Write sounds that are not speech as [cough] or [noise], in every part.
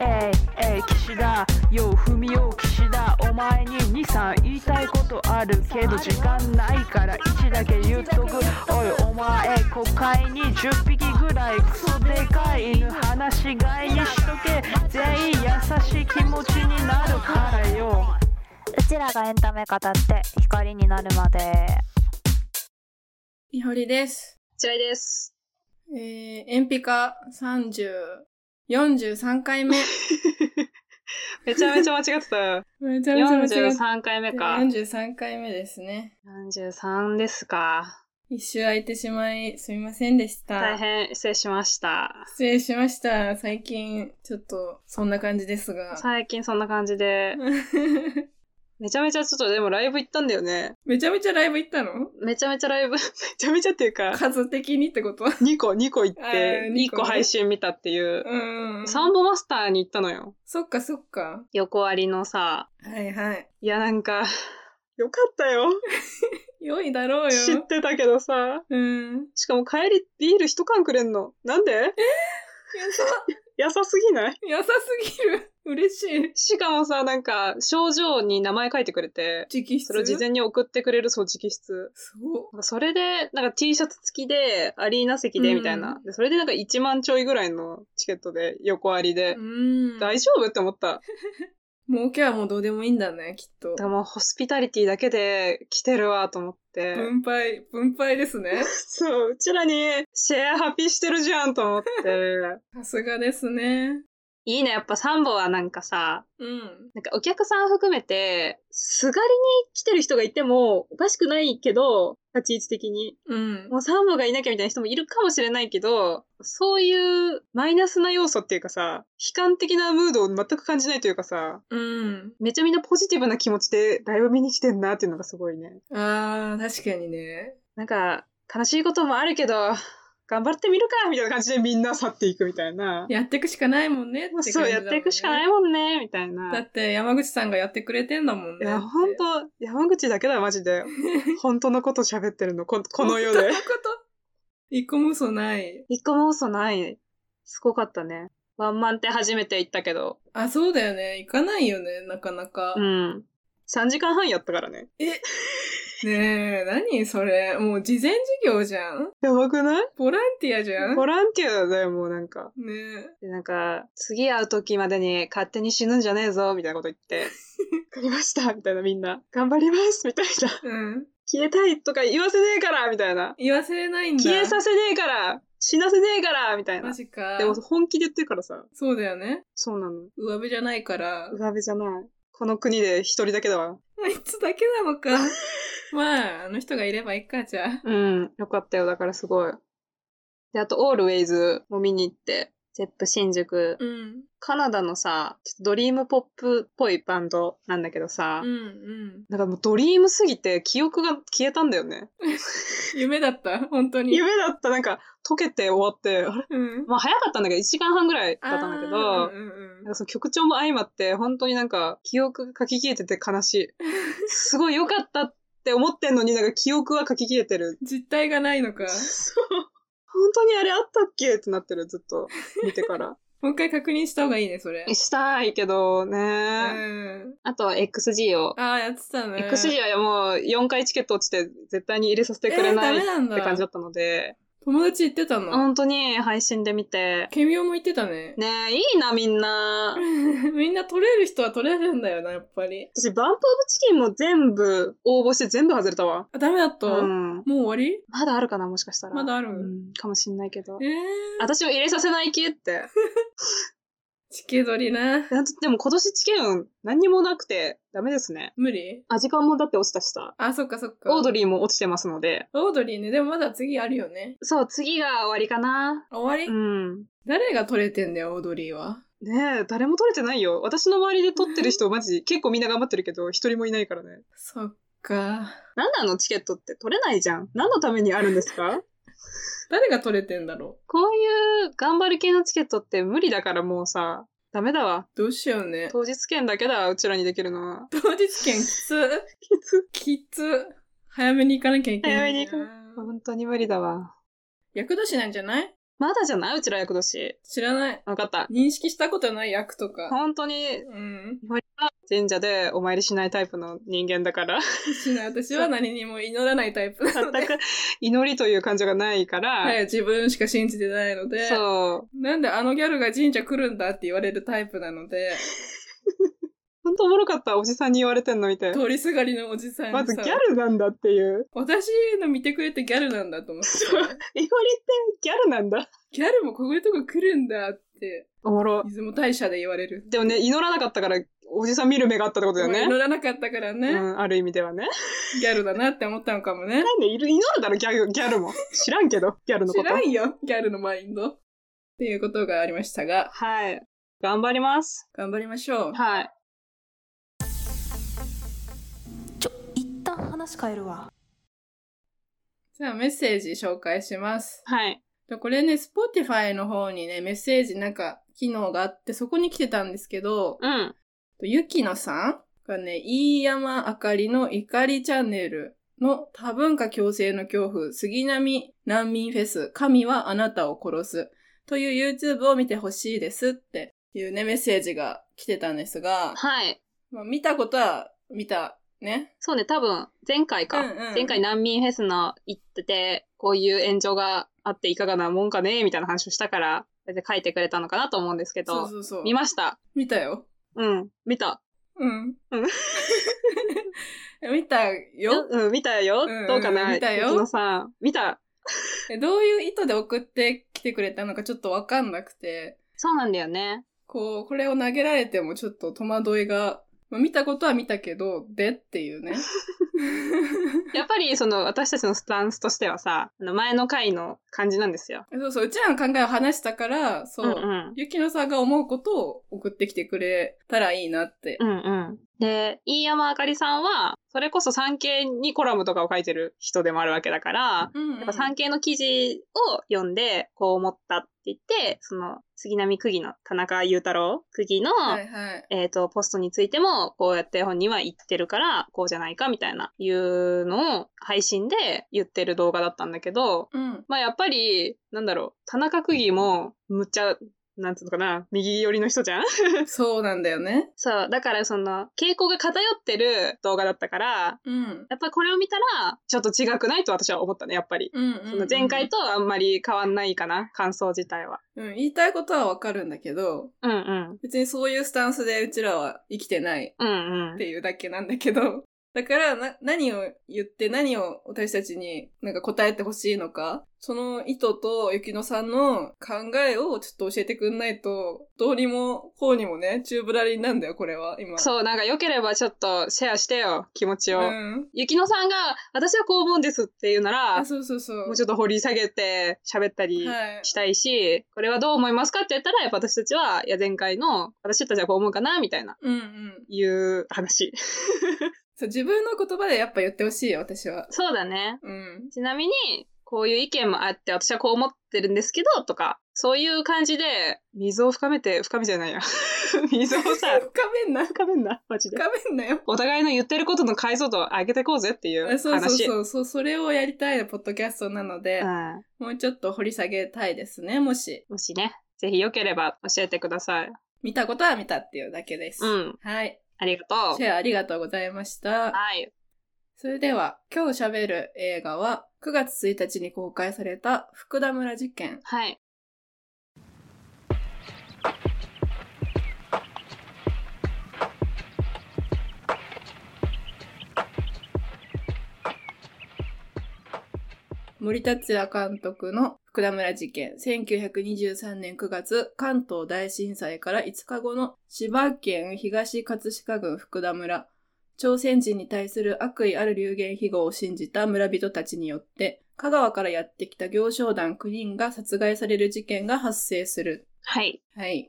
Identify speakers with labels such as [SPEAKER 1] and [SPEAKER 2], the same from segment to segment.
[SPEAKER 1] えいえい岸田よう踏みよう岸田お前に23言いたいことあるけど時間ないから1だけ言っとくおいお前国会に10匹ぐらいクソでかい犬話しがいにしとけ全員優しい気持ちになるからよ
[SPEAKER 2] うちらがエンタメ語って光になるまで
[SPEAKER 3] いほりです。
[SPEAKER 4] ちらい
[SPEAKER 3] [laughs]
[SPEAKER 4] です。
[SPEAKER 3] えー、エンピカ30、43回 [laughs] 目。
[SPEAKER 4] めちゃめちゃ間違ってた。
[SPEAKER 3] めちゃめちゃ間違って
[SPEAKER 4] 43回目か。
[SPEAKER 3] 43回目ですね。
[SPEAKER 4] 43ですか。
[SPEAKER 3] 一周空いてしまい、すみませんでした。
[SPEAKER 4] 大変失礼しました。
[SPEAKER 3] 失礼しました。最近、ちょっと、そんな感じですが。
[SPEAKER 4] 最近そんな感じで。めちゃめちゃちょっとでもライブ行ったんだよね。
[SPEAKER 3] [laughs] めちゃめちゃライブ行ったの
[SPEAKER 4] めちゃめちゃライブ、め [laughs] ちゃめちゃっていうか、
[SPEAKER 3] 数的にってこと
[SPEAKER 4] 2個、2個行っ
[SPEAKER 3] あー
[SPEAKER 4] て、
[SPEAKER 3] 二
[SPEAKER 4] 1
[SPEAKER 3] 個ね
[SPEAKER 4] 個配信見たっていう。
[SPEAKER 3] うん。
[SPEAKER 4] サンボマスターに行ったのよ。
[SPEAKER 3] そっかそっか。
[SPEAKER 4] 横ありのさ。
[SPEAKER 3] はいはい。
[SPEAKER 4] いやな
[SPEAKER 3] [laughs]
[SPEAKER 4] んか、よかったよ。
[SPEAKER 3] 良いだろう
[SPEAKER 4] 知っ
[SPEAKER 3] よ。
[SPEAKER 4] てたけどさ。
[SPEAKER 3] うん。
[SPEAKER 4] しかも帰りビール一缶くれんの。なんで優すぎない
[SPEAKER 3] 優さすぎる。嬉しい。
[SPEAKER 4] しかもさ、なんか、症状に名前書いてくれて、
[SPEAKER 3] 直筆。
[SPEAKER 4] それを事前に送ってくれる、そう、直筆。
[SPEAKER 3] すごっ
[SPEAKER 4] なんかそれで、なんか T シャツ付きで、アリーナ席で、みたいな、でそれでなんか1万ちょいぐらいのチケットで、横ありで、
[SPEAKER 3] うん。
[SPEAKER 4] 大丈夫って思った。
[SPEAKER 3] 儲けはもうどうでもいいんだね、きっと。
[SPEAKER 4] でも、ホスピタリティだけで来てるわ、と思って。
[SPEAKER 3] 分配、分配ですね。
[SPEAKER 4] そう、うちらにシェアハピしてるじゃん、と思って。
[SPEAKER 3] さすがですね。
[SPEAKER 4] いいね、やっぱサンボはなんかさ、
[SPEAKER 3] うん。
[SPEAKER 4] なんかお客さん含めて、すがりに来てる人がいても、おかしくないけど、立ち位置的に。
[SPEAKER 3] うん
[SPEAKER 4] も。うサンボがいなきゃみたいな人もいるかもしれないけど、そういうマイナスな要素っていうかさ、悲観的なムードを全く感じないというかさ、
[SPEAKER 3] うん。
[SPEAKER 4] めちゃみんなポジティブな気持ちでライブ見に来てんなっていうのがすごいね。
[SPEAKER 3] あー、確かにね。
[SPEAKER 4] なんか、悲しいこともあるけど、頑張ってみるかみたいな感じでみんな去っていくみたいな。
[SPEAKER 3] やっていくしかないもんねって感じだ
[SPEAKER 4] そ
[SPEAKER 3] もん
[SPEAKER 4] う、
[SPEAKER 3] ね。
[SPEAKER 4] やっていくしかないいもんね、みたいな。
[SPEAKER 3] だって山口さんがやってくれてんだもん
[SPEAKER 4] い
[SPEAKER 3] ね。
[SPEAKER 4] や、ほんと、山口だけだよ、マ
[SPEAKER 3] [laughs]
[SPEAKER 4] ジで。本当のこと喋ってるの、ここの世
[SPEAKER 3] そん
[SPEAKER 4] で
[SPEAKER 3] な。こと一個も嘘ない。
[SPEAKER 4] 一個も嘘ない。すごかったね。ワンマンって初めて行ったけど。
[SPEAKER 3] あ、そうだよね。行かないよね、なかなか。
[SPEAKER 4] うん。3時間半やったからね。
[SPEAKER 3] ねえ、何それ。もう事前授業じゃん
[SPEAKER 4] やばくない
[SPEAKER 3] ボランティアじゃん
[SPEAKER 4] ボランティアだよ、もうなんか。
[SPEAKER 3] ねえ。
[SPEAKER 4] で、なんか、次会う時までに勝手に死ぬんじゃねえぞ、みたいなこと言
[SPEAKER 3] [laughs]
[SPEAKER 4] って。わかりました、みたいなみんな。頑張ります、みたいな。 [laughs]
[SPEAKER 3] うん。
[SPEAKER 4] 消えたいとか言わせねえから、みたいな。
[SPEAKER 3] 言わせれないんだ。
[SPEAKER 4] 消えさせねえから、死なせねえから、みたいな
[SPEAKER 3] マ。ジか。
[SPEAKER 4] でも本気で言ってるからさ。
[SPEAKER 3] そうだよね。
[SPEAKER 4] そうなの。
[SPEAKER 3] 上辺じゃないから。
[SPEAKER 4] 上辺じゃない。この国で一人だけだわ。
[SPEAKER 3] あいつだけな
[SPEAKER 4] [laughs]
[SPEAKER 3] のか。まあ、あの人がいればいいか、じゃあ。
[SPEAKER 4] うん。よかったよ。だからすごい。で、あと、オールウェイズも見に行って、ゼップ新宿、
[SPEAKER 3] うん。
[SPEAKER 4] カナダのさ、ちょっとドリームポップっぽいバンドなんだけどさ、
[SPEAKER 3] うん、うん。
[SPEAKER 4] なんかもうドリームすぎて記憶が消えたんだよね。
[SPEAKER 3] 夢だった、本当に。
[SPEAKER 4] 夢だった、なんか溶けて終わって、あれ
[SPEAKER 3] うん。
[SPEAKER 4] まあ早かったんだけど、1時間半ぐらいだったんだけ
[SPEAKER 3] あー
[SPEAKER 4] ど
[SPEAKER 3] う、んうん
[SPEAKER 4] な
[SPEAKER 3] うんん
[SPEAKER 4] かその曲調も相まって、本当になんか記憶が書き消えてて悲
[SPEAKER 3] [laughs]
[SPEAKER 4] しい。すごい良かったって思ってんのになんか記憶は書き消えてる
[SPEAKER 3] 実体がないのか。
[SPEAKER 4] そう。本当にあれあったっけってなってる、ずっと。見て
[SPEAKER 3] [laughs]
[SPEAKER 4] から。
[SPEAKER 3] もう一回確認した方がいいね、それ。
[SPEAKER 4] したいけどね。
[SPEAKER 3] うん。
[SPEAKER 4] あとは XG を。
[SPEAKER 3] ああ、やってたね。
[SPEAKER 4] XG はもう4回チケット落ちて絶対に入れさせてくれない
[SPEAKER 3] えーダメ
[SPEAKER 4] っ
[SPEAKER 3] なんだ
[SPEAKER 4] て感じだったので、
[SPEAKER 3] 友達行ってたの。
[SPEAKER 4] 本当に配信で見て、
[SPEAKER 3] ケミオも行ってたね。
[SPEAKER 4] ねえ、いいなみんな。
[SPEAKER 3] [laughs] みんな取れる人は取れるんだよな、やっぱり。
[SPEAKER 4] 私、バンプオブチキンも全部応募して全部外れたわ。
[SPEAKER 3] あ、ダメだった、
[SPEAKER 4] うん。
[SPEAKER 3] もう終わり
[SPEAKER 4] まだあるかなもしかしたら。
[SPEAKER 3] まだある
[SPEAKER 4] うんかもしんないけど。
[SPEAKER 3] ええ
[SPEAKER 4] 私を入れさせない系って。
[SPEAKER 3] チケ取りな。
[SPEAKER 4] なんとでも今年チケン何にもなくてダメですね。
[SPEAKER 3] 無理
[SPEAKER 4] あ、時間もだって落ちたしさ。
[SPEAKER 3] あ、そっかそっか。
[SPEAKER 4] オードリーも落ちてますので。
[SPEAKER 3] オードリーね、でもまだ次あるよね。
[SPEAKER 4] そう、次が終わりかな。
[SPEAKER 3] 終わり、
[SPEAKER 4] うん。
[SPEAKER 3] 誰が取れてんだよ、オードリーは。
[SPEAKER 4] ねえ、誰も取れてないよ。私の周りで取ってる人、マジ、結構みんな頑張ってるけど、一人もいないからね。
[SPEAKER 3] そっか。
[SPEAKER 4] なんなのチケットって取れないじゃん。何のためにあるんですか
[SPEAKER 3] 誰が取れてんだろ
[SPEAKER 4] [laughs] こういう頑張る系のチケットって無理だからもうさ、ダメだわ。
[SPEAKER 3] う。どうしようね。
[SPEAKER 4] 当日券だけだ、うちらにできるのは。
[SPEAKER 3] 当日券きつ。
[SPEAKER 4] きつ。
[SPEAKER 3] きつ。早めに行かなきゃいけない。
[SPEAKER 4] 早めに行か
[SPEAKER 3] く。
[SPEAKER 4] 本当に無理だわ。
[SPEAKER 3] 役年なんじゃない
[SPEAKER 4] まだじゃないうちら役年。
[SPEAKER 3] 知らない。
[SPEAKER 4] わかった。
[SPEAKER 3] 認識したことない役とか。
[SPEAKER 4] 本当に、
[SPEAKER 3] うん。
[SPEAKER 4] 俺は神社でお参りしないタイプの人間だから、
[SPEAKER 3] しない。私は何にも祈らないタイプな
[SPEAKER 4] 全
[SPEAKER 3] ので。
[SPEAKER 4] く [laughs] 祈りという感情がないから、
[SPEAKER 3] はい、自分しか信じてないので。
[SPEAKER 4] そう。
[SPEAKER 3] なんであのギャルが神社来るんだって言われるタイプなので、
[SPEAKER 4] 本当おもろかった、おじさんに言われてんの見て。
[SPEAKER 3] [laughs] 通りすがりのおじさんにさ、
[SPEAKER 4] まずギャルなんだっていう。
[SPEAKER 3] 私の見てくれてギャルなんだと思ってさ。
[SPEAKER 4] 祈りってギャルなんだ。
[SPEAKER 3] ギャルもこういうとこ来るんだって、
[SPEAKER 4] おもろ。
[SPEAKER 3] 出雲大社で言われる。
[SPEAKER 4] でもね、祈らなかったから、おじさん見る目があったってことだよね。
[SPEAKER 3] 乗らなかったからね、
[SPEAKER 4] うん、ある意味ではね。
[SPEAKER 3] ギャルだなって思ったのかもね。
[SPEAKER 4] なんでいる祈るだろ、ギャル、ギャルも。知らんけど、ギャルのこ
[SPEAKER 3] 知
[SPEAKER 4] と。
[SPEAKER 3] らんよ、ギャルのマインド。っていうことがありましたが、
[SPEAKER 4] はい。頑張ります。
[SPEAKER 3] 頑張りましょう。
[SPEAKER 4] はい。
[SPEAKER 5] 一旦話変えるわ
[SPEAKER 3] じゃあメッセージ紹介します。
[SPEAKER 4] はい。
[SPEAKER 3] でこれね、Spotify の方にね、メッセージなんか機能があって、そこに来てたんですけど、
[SPEAKER 4] うん。
[SPEAKER 3] とゆきのさんがね、飯山あかりの怒りチャンネルの多文化共生の恐怖、杉並難民フェス、神はあなたを殺すという YouTube を見てほしいですっていうね、メッセージが来てたんですが、
[SPEAKER 4] はい。
[SPEAKER 3] まあ、見たことは見たね。
[SPEAKER 4] そうね、多分、前回か。
[SPEAKER 3] うんうん
[SPEAKER 4] 前回難民フェスの行ってて、こういう炎上があっていかがなもんかね、みたいな話をしたから、だいたい書いてくれたのかなと思うんですけど、
[SPEAKER 3] そうそうそう。
[SPEAKER 4] 見ました。
[SPEAKER 3] 見たよ。
[SPEAKER 4] うん、見た。
[SPEAKER 3] うん。
[SPEAKER 4] うん
[SPEAKER 3] [laughs] 見たよ。
[SPEAKER 4] うん、見たよ。
[SPEAKER 3] うんうん
[SPEAKER 4] どうかな、
[SPEAKER 3] 見たよ
[SPEAKER 4] 雪乃さん。見た。
[SPEAKER 3] えどういう意図で送ってきてくれたのかちょっとわかんなくて。
[SPEAKER 4] そうなんだよね。
[SPEAKER 3] こう、これを投げられてもちょっと戸惑いが、まあ、見たことは見たけど、でっていう
[SPEAKER 4] [laughs]
[SPEAKER 3] ね。
[SPEAKER 4] やっぱり、その、私たちのスタンスとしてはさ、あの前の回の感じなんですよ。
[SPEAKER 3] そうそう、うちらの考えを話したから、そう、
[SPEAKER 4] んうん。
[SPEAKER 3] ゆきのさんが思うことを送ってきてくれたらいいなって。
[SPEAKER 4] うんうん。で、飯山あかりさんは、それこそ産経にコラムとかを書いてる人でもあるわけだから、
[SPEAKER 3] うん、うん。
[SPEAKER 4] やっぱ産経の記事を読んで、こう思ったって言って、その、杉並区議の田中裕太郎区議の、
[SPEAKER 3] はいはい。
[SPEAKER 4] えっ、と、ポストについても、こうやって本人は言ってるから、こうじゃないかみたいな、いうのを配信で言ってる動画だったんだけど、
[SPEAKER 3] うん。
[SPEAKER 4] まあやっぱり、なんだろう、田中区議も、むっちゃ、なんつうのかな、右寄りの人じゃん [laughs]
[SPEAKER 3] そうなんだよね。
[SPEAKER 4] そう、だからその、傾向が偏ってる動画だったから、
[SPEAKER 3] うん。
[SPEAKER 4] やっぱりこれを見たら、ちょっと違くないと私は思ったね、やっぱり。
[SPEAKER 3] うん、うん。
[SPEAKER 4] その前回とあんまり変わんないかな、感想自体は。
[SPEAKER 3] うん、言いたいことはわかるんだけど、
[SPEAKER 4] うんうん。
[SPEAKER 3] 別にそういうスタンスでうちらは生きてない
[SPEAKER 4] うんう
[SPEAKER 3] っ
[SPEAKER 4] ん
[SPEAKER 3] て。いうだけなんだけど、だからな、何を言って何を私たちになんか答えてほしいのか、その意図とゆきのさんの考えをちょっと教えてくんないと、どうにもこうにもね、チューブラリンなんだよ、これは、今。
[SPEAKER 4] そう、なんか良ければちょっとシェアしてよ、気持ち
[SPEAKER 3] う
[SPEAKER 4] を。
[SPEAKER 3] ん。
[SPEAKER 4] ゆきのさんが、私はこう思うんですっていうなら
[SPEAKER 3] あ、、そうそうそう。
[SPEAKER 4] もうちょっと掘り下げて喋ったり
[SPEAKER 3] はい。
[SPEAKER 4] したいし、これはどう思いますかって言ったら、やっぱ私たちは、いや、前回の、私たちはこう思うかな、みたいな、
[SPEAKER 3] うんうん。
[SPEAKER 4] いう話。 [laughs]
[SPEAKER 3] そう、自分の言葉でやっぱ言ってほしいよ、私は。
[SPEAKER 4] そうだね。
[SPEAKER 3] うん。
[SPEAKER 4] ちなみに、こういう意見もあって、私はこう思ってるんですけど、とか、そういう感じで、溝を深めて、深めじゃないや。 [laughs] 溝をさ、
[SPEAKER 3] [laughs] 深めんな。深
[SPEAKER 4] 深めんな、マジで。
[SPEAKER 3] めんなよ。
[SPEAKER 4] [laughs] お互いの言ってることの解像度を上げていこうぜっていう
[SPEAKER 3] あ
[SPEAKER 4] 話。
[SPEAKER 3] そうそうそう、そう、それをやりたいポッドキャストなので、
[SPEAKER 4] うん
[SPEAKER 3] もうちょっと掘り下げたいですね、もし。
[SPEAKER 4] もしね、ぜひ良ければ教えてください。
[SPEAKER 3] 見たことは見たっていうだけです。
[SPEAKER 4] うん。
[SPEAKER 3] はい。
[SPEAKER 4] ありがと
[SPEAKER 3] シ
[SPEAKER 4] う。
[SPEAKER 3] ェアありがとうございました。
[SPEAKER 4] はい。
[SPEAKER 3] それでは、今日喋る映画は、9月1日に公開された福田村事件。
[SPEAKER 4] はい。
[SPEAKER 3] 森達也監督の福田村事件。1923年9月、関東大震災から5日後の千葉県東葛飾郡福田村。朝鮮人に対する悪意ある流言非語を信じた村人たちによって、香川からやってきた行商団9人が殺害される事件が発生する。
[SPEAKER 4] はい。
[SPEAKER 3] はい。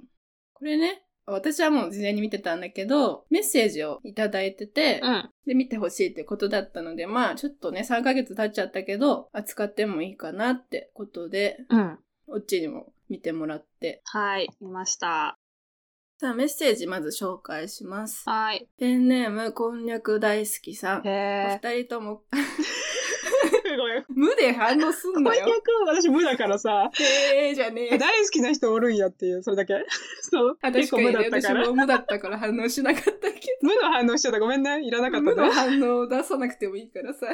[SPEAKER 3] これね、私はもう事前に見てたんだけど、メッセージをいただいてて、
[SPEAKER 4] うん。
[SPEAKER 3] で、見てほしいってことだったので、まあ、ちょっとね、3ヶ月経っちゃったけど、扱ってもいいかなってことで、
[SPEAKER 4] うん。
[SPEAKER 3] オッチにも見てもらって。
[SPEAKER 4] はい。見ました。
[SPEAKER 3] さあ、メッセージまず紹介します。
[SPEAKER 4] はい。
[SPEAKER 3] ペンネーム、こんにゃく大好きさん。
[SPEAKER 4] へ
[SPEAKER 3] お
[SPEAKER 4] え。
[SPEAKER 3] 二人とも、
[SPEAKER 4] ん [laughs] ごめん。
[SPEAKER 3] [laughs] 無で反応すん
[SPEAKER 4] こ
[SPEAKER 3] なん
[SPEAKER 4] にゃく
[SPEAKER 3] よ。
[SPEAKER 4] は私無だからさ、
[SPEAKER 3] へえじゃねえ
[SPEAKER 4] 大。好きな人おるんやっていう、それだけ。 [laughs] そう。
[SPEAKER 3] 確
[SPEAKER 4] 結
[SPEAKER 3] か
[SPEAKER 4] 構
[SPEAKER 3] に
[SPEAKER 4] 無
[SPEAKER 3] ね
[SPEAKER 4] だっ
[SPEAKER 3] 私
[SPEAKER 4] たから。
[SPEAKER 3] も無だったから反応しなかったけ
[SPEAKER 4] 無の反応しちゃった。ごめんね。いらなか
[SPEAKER 3] ど。
[SPEAKER 4] った
[SPEAKER 3] 無の
[SPEAKER 4] ね。
[SPEAKER 3] 反応を出さなくてもいいからさ。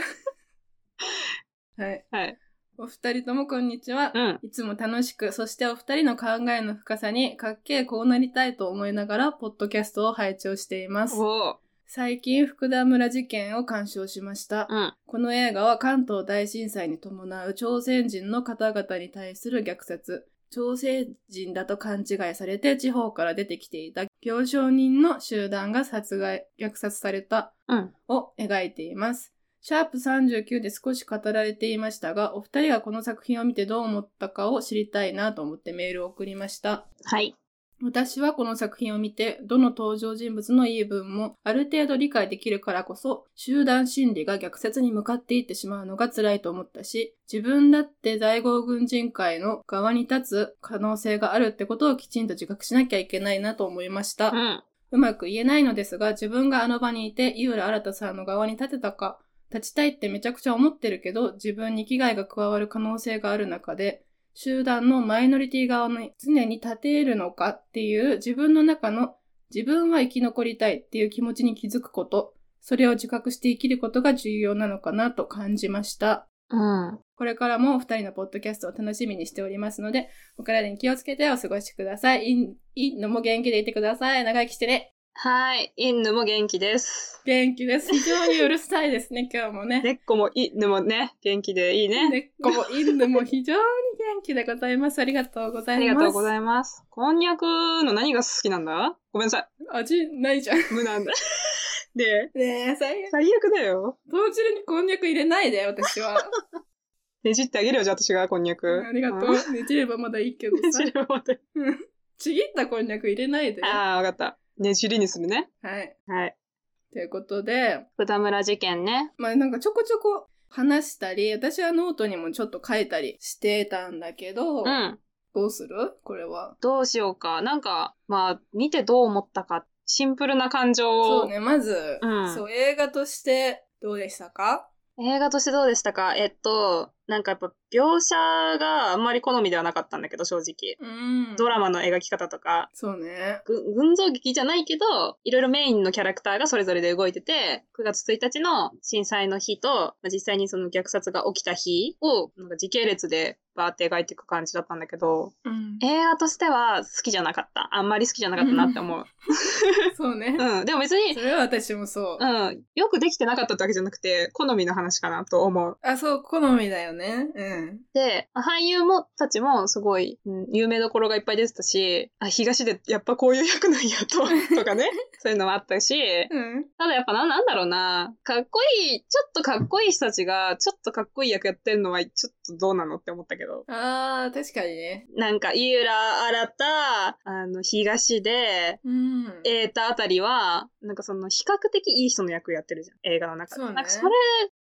[SPEAKER 3] はい。
[SPEAKER 4] はい。
[SPEAKER 3] お二人ともこんにちは。
[SPEAKER 4] うん。
[SPEAKER 3] いつも楽しく、そしてお二人の考えの深さに、かっけえこうなりたいと思いながら、ポッドキャストを拝聴しています。
[SPEAKER 4] おー
[SPEAKER 3] 最近、福田村事件を鑑賞しました。
[SPEAKER 4] うん。
[SPEAKER 3] この映画は関東大震災に伴う朝鮮人の方々に対する虐殺、朝鮮人だと勘違いされて地方から出てきていた行商人の集団が殺害、虐殺された
[SPEAKER 4] うん。
[SPEAKER 3] を描いています。シャープ39で少し語られていましたが、お二人がこの作品を見てどう思ったかを知りたいなと思ってメールを送りました。
[SPEAKER 4] はい。
[SPEAKER 3] 私はこの作品を見て、どの登場人物の言い分もある程度理解できるからこそ、集団心理が逆説に向かっていってしまうのが辛いと思ったし、自分だって在郷軍人会の側に立つ可能性があるってことをきちんと自覚しなきゃいけないなと思いました。
[SPEAKER 4] うん。
[SPEAKER 3] うまく言えないのですが、自分があの場にいて、井浦新さんの側に立てたか、立ちたいってめちゃくちゃ思ってるけど、自分に危害が加わる可能性がある中で、集団のマイノリティ側に常に立てるのかっていう自分の中の自分は生き残りたいっていう気持ちに気づくこと、それを自覚して生きることが重要なのかなと感じました。
[SPEAKER 4] うん。
[SPEAKER 3] これからもお二人のポッドキャストを楽しみにしておりますので、お体に気をつけてお過ごしください。いんいいのも元気でいてください。長生きしてね。
[SPEAKER 4] はい。インヌも元気です。
[SPEAKER 3] 元気です。非常にうるさいですね、今 [laughs] 日もね。
[SPEAKER 4] 根っこもインヌもね、元気でいいね。
[SPEAKER 3] でっこも犬も非常に元気でございます。ありがとうござ
[SPEAKER 4] あ
[SPEAKER 3] います。
[SPEAKER 4] りがとうござ
[SPEAKER 3] い
[SPEAKER 4] います。こんにゃくの何が好きなんだごめんなさい。
[SPEAKER 3] ます。味ないじゃん。ね
[SPEAKER 4] 無なんだ。 [laughs] で、
[SPEAKER 3] え、最悪。
[SPEAKER 4] 最悪だよ。
[SPEAKER 3] 豚汁にこんにゃく入れないで、私は。
[SPEAKER 4] ねじってあげるよ、じゃあ私がこんにゃく。
[SPEAKER 3] ありがと
[SPEAKER 4] ん。ね
[SPEAKER 3] う。ねじればまだいいけどさ
[SPEAKER 4] じ。り [laughs] を持って
[SPEAKER 3] ちぎったこんにゃく入れないで。は
[SPEAKER 4] ああ、わかった。ねじりにするね。
[SPEAKER 3] い。
[SPEAKER 4] はい。
[SPEAKER 3] ということで、
[SPEAKER 4] 豚村事件ね。
[SPEAKER 3] まあなんかちょこちょこ話したり、私はノートにもちょっと書いたりしてたんだけど、
[SPEAKER 4] うん。
[SPEAKER 3] どうするこれは。
[SPEAKER 4] どうしようか。なんか、まあ、見てどう思ったか。シンプルな感情を。
[SPEAKER 3] そうね、まず、
[SPEAKER 4] うん
[SPEAKER 3] そう、映画としてどうでしたか
[SPEAKER 4] 映画としてどうでしたかえっと、なんかやっぱ描写があんまり好みではなかったんだけど、正直。
[SPEAKER 3] うん
[SPEAKER 4] ドラマの描き方とか、
[SPEAKER 3] そうね。
[SPEAKER 4] ぐ群像劇じゃないけど、いろいろメインのキャラクターがそれぞれで動いてて、9月1日の震災の日と、まあ実際にその虐殺が起きた日を、なんか時系列でバーって描いていく感じだったんだけど、
[SPEAKER 3] うん、
[SPEAKER 4] 映画としては好きじゃなかった。あんまり好きじゃなかったなって思う。
[SPEAKER 3] そうね。
[SPEAKER 4] うん。でも別に
[SPEAKER 3] そ、れは私もそう。
[SPEAKER 4] うん。よくできてなかったってわけじゃなくて、好みの話かなと思う。
[SPEAKER 3] あ、そう、好みだよね。うん。
[SPEAKER 4] で、俳優も、たちもすごい、うん有名どころがいっぱい出てたし、あ、東でやっぱこういう役なんやと、 [laughs] とかね、そういうのもあったし、
[SPEAKER 3] うん。
[SPEAKER 4] ただやっぱな、なんだろうな、かっこいい、ちょっとかっこいい人たちが、ちょっとかっこいい役やってるのは、ちょっとどうなのって思ったけど。
[SPEAKER 3] あー、確かにね。
[SPEAKER 4] なんか、井浦新た、あの、東で、
[SPEAKER 3] うん。
[SPEAKER 4] 瑛太あたりは、なんかその、比較的いい人の役やってるじゃん、映画の中で
[SPEAKER 3] そうね
[SPEAKER 4] なんかそれ、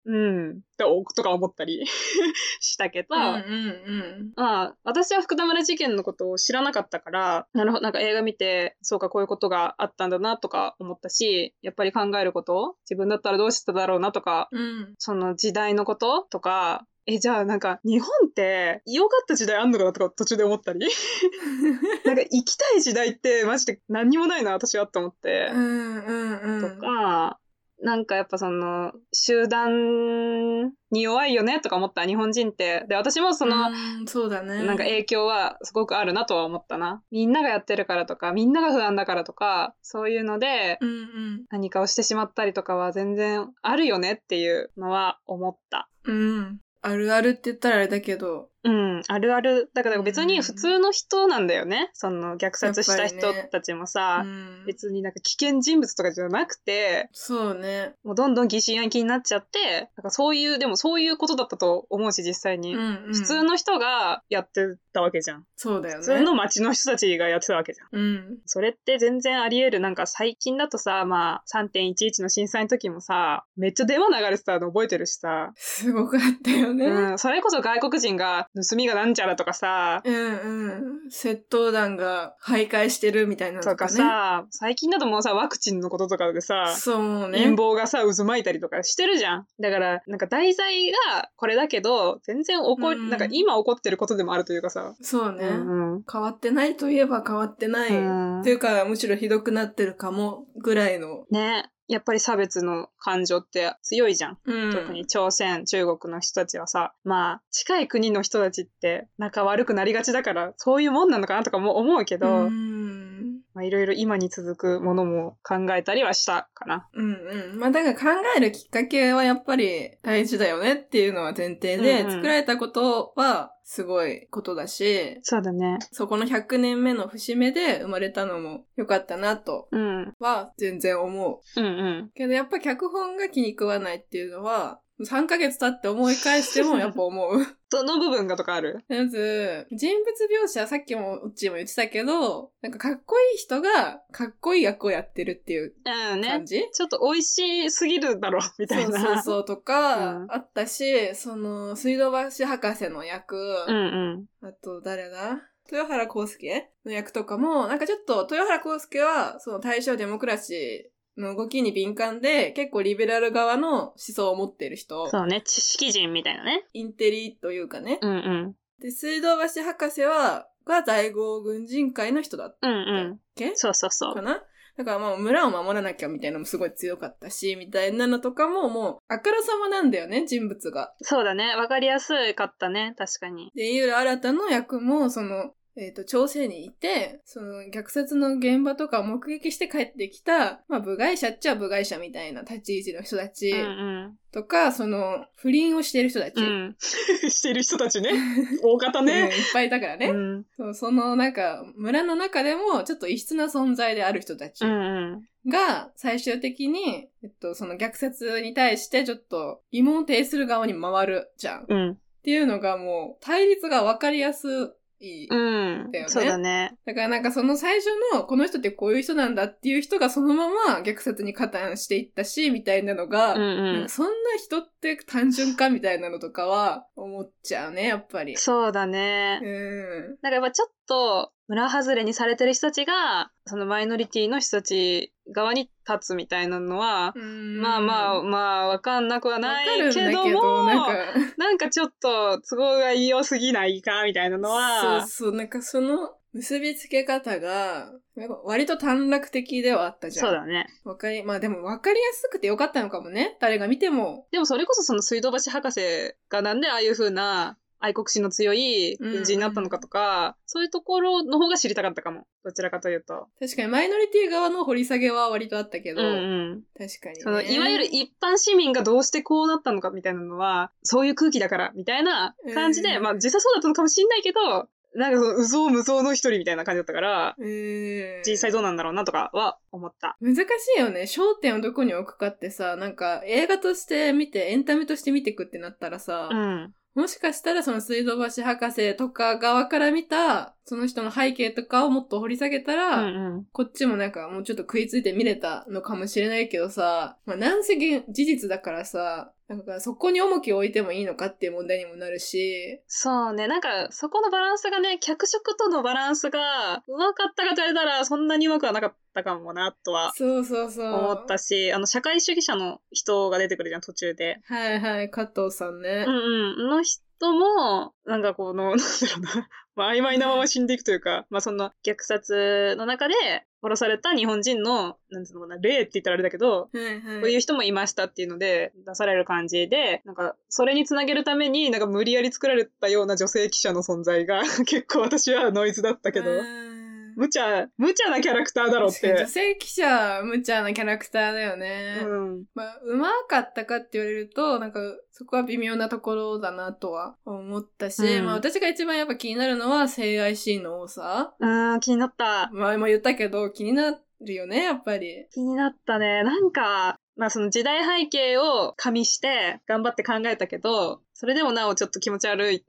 [SPEAKER 4] うん、ととか思ったり [laughs] したけど、
[SPEAKER 3] うんうん
[SPEAKER 4] まあ、私は福田村事件のことを知らなかったから、なるほど、なんか映画見て、そうか、こういうことがあったんだなとか思ったし、やっぱり考えること、自分だったらどうしてただろうなとか、
[SPEAKER 3] うん。うん。
[SPEAKER 4] その時代のこととか、え、じゃあなんか日本って良かった時代あんのかなとか途中で思っ
[SPEAKER 3] [laughs]
[SPEAKER 4] たり、なんか行きたい時代ってマジで何にもないな、私はと思って。
[SPEAKER 3] うんうんうん。
[SPEAKER 4] とか、なんかやっぱその、集団に弱いよねとか思った、日本人って。で、私もその、
[SPEAKER 3] うん、そうだね。
[SPEAKER 4] なんか影響はすごくあるなとは思ったな。みんながやってるからとか、みんなが不安だからとか、そういうので
[SPEAKER 3] うんうん。
[SPEAKER 4] 何かをしてしまったりとかは全然あるよねっていうのは思った。
[SPEAKER 3] うん。あるあるって言ったらあれだけど。
[SPEAKER 4] うん、あるある。だから別
[SPEAKER 3] う
[SPEAKER 4] に
[SPEAKER 3] ん
[SPEAKER 4] 普通の人なんだよね。その虐殺した
[SPEAKER 3] やっ
[SPEAKER 4] 人
[SPEAKER 3] ぱりね
[SPEAKER 4] たちもさ、
[SPEAKER 3] うん、
[SPEAKER 4] 別になんか危険人物とかじゃなくて、
[SPEAKER 3] そうね。
[SPEAKER 4] もうどんどん疑心暗鬼になっちゃって、なんかそういう、でもそういうことだったと思うし、実際に。
[SPEAKER 3] うん、うん。
[SPEAKER 4] 普通。の人がやってたわけじゃん。
[SPEAKER 3] そうだよね。
[SPEAKER 4] 普通の町の人たちがやってたわけじゃん。
[SPEAKER 3] うん。
[SPEAKER 4] それって全然あり得る。なんか最近だとさ、まあ3.11の震災の時もさ、めっちゃ電話流れてたの覚えてるしさ。
[SPEAKER 3] すごかったよね。
[SPEAKER 4] うん、それこそ外国人が盗みがなんちゃらとかさ、
[SPEAKER 3] うんうん。窃盗団が徘徊してるみたいなの
[SPEAKER 4] と
[SPEAKER 3] とか
[SPEAKER 4] か
[SPEAKER 3] ね。
[SPEAKER 4] さ、最近だともうさ、ワクチンのこととかでさ、
[SPEAKER 3] そうね。
[SPEAKER 4] 陰謀がさ、渦巻いたりとかしてるじゃん。だから、なんか題材がこれだけど、全然起こ、
[SPEAKER 3] うん
[SPEAKER 4] なんか今起こってることでもあるというかさ。
[SPEAKER 3] そうね、
[SPEAKER 4] うんうん。
[SPEAKER 3] 変わってないといえば変わってない。
[SPEAKER 4] うん
[SPEAKER 3] っていうか、むしろひどくなってるかも、ぐらいの。
[SPEAKER 4] ね。やっぱり差別の感情って強いじゃん。
[SPEAKER 3] うん。
[SPEAKER 4] 特に朝鮮、中国の人たちはさ、まあ、近い国の人たちって仲悪くなりがちだから、そういうもんなのかなとかも思うけ
[SPEAKER 3] う
[SPEAKER 4] ど、
[SPEAKER 3] ん。
[SPEAKER 4] まあいろいろ今に続くものも考えたりはしたかな。
[SPEAKER 3] うんうん。まあだから考えるきっかけはやっぱり大事だよねっていうのは前提で、
[SPEAKER 4] うんうん
[SPEAKER 3] 作られたことはすごいことだし、
[SPEAKER 4] そうだね。
[SPEAKER 3] そこの100年目の節目で生まれたのも良かったなと
[SPEAKER 4] うん。うん
[SPEAKER 3] は全然思う。
[SPEAKER 4] うん。
[SPEAKER 3] けどやっぱ脚本が気に食わないっていうのは、3ヶ月経って思い返してもやっぱ思う。
[SPEAKER 4] どの部分がとかある
[SPEAKER 3] まず、人物描写、さっきもうっちーも言ってたけど、なんかかっこいい人がかっこいい役をやってるっていう
[SPEAKER 4] うんね
[SPEAKER 3] 感。じ、
[SPEAKER 4] ちょっと美味しすぎるだろ、みたい
[SPEAKER 3] そ
[SPEAKER 4] な。
[SPEAKER 3] うそうそうとか、
[SPEAKER 4] うん
[SPEAKER 3] あったし、その、水道橋博士の役、
[SPEAKER 4] うんうん。
[SPEAKER 3] あと誰だ豊原康介の役とかも、なんかちょっと豊原康介は、その大正デモクラシーの動きに敏感で、結構リベラル側の思想を持っている人、
[SPEAKER 4] そうね。知識人みたいなね。
[SPEAKER 3] インテリというかね。
[SPEAKER 4] うんうん。
[SPEAKER 3] で、水道橋博士は、が在郷軍人会の人だっ
[SPEAKER 4] うんう
[SPEAKER 3] た
[SPEAKER 4] ん
[SPEAKER 3] っ。け、
[SPEAKER 4] そうそうそ
[SPEAKER 3] か
[SPEAKER 4] う。
[SPEAKER 3] なだからまあ村を守らなきゃみたいなのもすごい強かったし、みたいなのとかももうあからさまなんだよね、人物が。
[SPEAKER 4] そうだね。わかりやすかったね。確かに。
[SPEAKER 3] で、井浦新の役も、その、えっ、と、朝鮮にいて、その、虐殺の現場とかを目撃して帰ってきた、まあ、部外者っちゃ部外者みたいな立ち位置の人たち
[SPEAKER 4] うんうん。
[SPEAKER 3] とか、その、不倫をしてる人たち。
[SPEAKER 4] うん。してる人た [laughs] ちね。大方
[SPEAKER 3] うんいっ
[SPEAKER 4] ね。
[SPEAKER 3] ぱいいたからね、
[SPEAKER 4] うん。
[SPEAKER 3] そう。その、なんか、村の中でも、ちょっと異質な存在である人たち
[SPEAKER 4] うんうん。
[SPEAKER 3] が、最終的に、えっと、その虐殺に対して、ちょっと疑問を呈する側に回るじゃん。っ
[SPEAKER 4] うん。
[SPEAKER 3] ていうのがもう、対立がわかりやすい。
[SPEAKER 4] うん
[SPEAKER 3] だよね
[SPEAKER 4] そうだね。
[SPEAKER 3] だからなんかその最初のこの人ってこういう人なんだっていう人がそのまま虐殺に加担していったし、みたいなのが、
[SPEAKER 4] うん
[SPEAKER 3] な
[SPEAKER 4] うんん
[SPEAKER 3] か。そんな人って単純かみたいなのとかは思っちゃうね、やっぱり。
[SPEAKER 4] そうだね
[SPEAKER 3] う。ん。
[SPEAKER 4] なんかやっぱちょっと村外れにされてる人たちが、そのマイノリティの人たち側に立つみたいなのは、
[SPEAKER 3] うん
[SPEAKER 4] まあまあまあわかんなくは
[SPEAKER 3] わ
[SPEAKER 4] な
[SPEAKER 3] かるん
[SPEAKER 4] い
[SPEAKER 3] だ
[SPEAKER 4] け
[SPEAKER 3] け
[SPEAKER 4] ど
[SPEAKER 3] ど、
[SPEAKER 4] も、
[SPEAKER 3] な
[SPEAKER 4] なんんか
[SPEAKER 3] か、
[SPEAKER 4] ちょっと都合が良すぎないかみたいなのは、
[SPEAKER 3] そうそう、なんかその結びつけ方が、なんか割と短絡的ではあったじゃん。
[SPEAKER 4] そうだね。
[SPEAKER 3] わかり、まあでもわかりやすくてよかったのかもね。誰が見ても。
[SPEAKER 4] でもそれこそその水道橋博士がなんでああいう風な愛国心の強い軍人になったのかとか、そういうところの方が知りたかったかも。どちらかというと。
[SPEAKER 3] 確かにマイノリティ側の掘り下げは割とあったけ
[SPEAKER 4] う
[SPEAKER 3] ど、
[SPEAKER 4] んうん。
[SPEAKER 3] 確かに、ね。
[SPEAKER 4] その、いわゆる一般市民がどうしてこうなったのかみたいなのは、そういう空気だから、みたいな感じで、
[SPEAKER 3] うん
[SPEAKER 4] まあ実際そうだったのかもしれないけど、なんかその、うぞうむぞうの一人みたいな感じだったから、
[SPEAKER 3] うん
[SPEAKER 4] 実際どうなんだろうなとかは思った。
[SPEAKER 3] 難しいよね。焦点をどこに置くかってさ、なんか映画として見て、エンタメとして見てくってなったらさ、
[SPEAKER 4] ん。
[SPEAKER 3] もしかしたらその水道橋博士とか側から見た、その人の背景とかをもっと掘り下げた
[SPEAKER 4] う
[SPEAKER 3] ら、
[SPEAKER 4] ん
[SPEAKER 3] こっちもなんかもうちょっと食いついて見れたのかもしれないけどさ、まあなんせ現事実だからさ、なんかそこに重きを置いてもいいのかっていう問題にもなるし、
[SPEAKER 4] そうね。なんか、そこのバランスがね、脚色とのバランスが、うまかったかと言われたら、そんなにうまくはなかったかもな、とは
[SPEAKER 3] そうそうそう。
[SPEAKER 4] 思ったし、あの、社会主義者の人が出てくるじゃん、途中で。
[SPEAKER 3] はいはい、加藤さんね。
[SPEAKER 4] うんうん。の人も、なんかこの、なんだ [laughs] ろうな、まあ、曖昧なまま死んでいくというか、まあその虐殺の中で殺された日本人の、なんていうのかな、例って言ったらあれだけど、
[SPEAKER 3] はいはい。
[SPEAKER 4] こういう人もいましたっていうので出される感じで、なんかそれにつなげるためになんか無理やり作られたような女性記者の存在が [laughs] 結構私はノイズだったけど、
[SPEAKER 3] うん
[SPEAKER 4] 無茶、無茶なキャラクターだろうっ
[SPEAKER 3] 確かに女
[SPEAKER 4] て。
[SPEAKER 3] 性記者、無茶なキャラクターだよね。
[SPEAKER 4] うん。
[SPEAKER 3] まあ、うまかったかって言われると、なんか、そこは微妙なところだなとは思ったし、
[SPEAKER 4] うん
[SPEAKER 3] まあ、私が一番やっぱ気になるのは、性愛シーンの多さ。
[SPEAKER 4] あー気になった。
[SPEAKER 3] まあ、今言ったけど、気になるよね、やっぱり。
[SPEAKER 4] 気になったね。なんか、まあその時代背景を加味して頑張って考えたけど、それでもなおちょっと気持ち悪い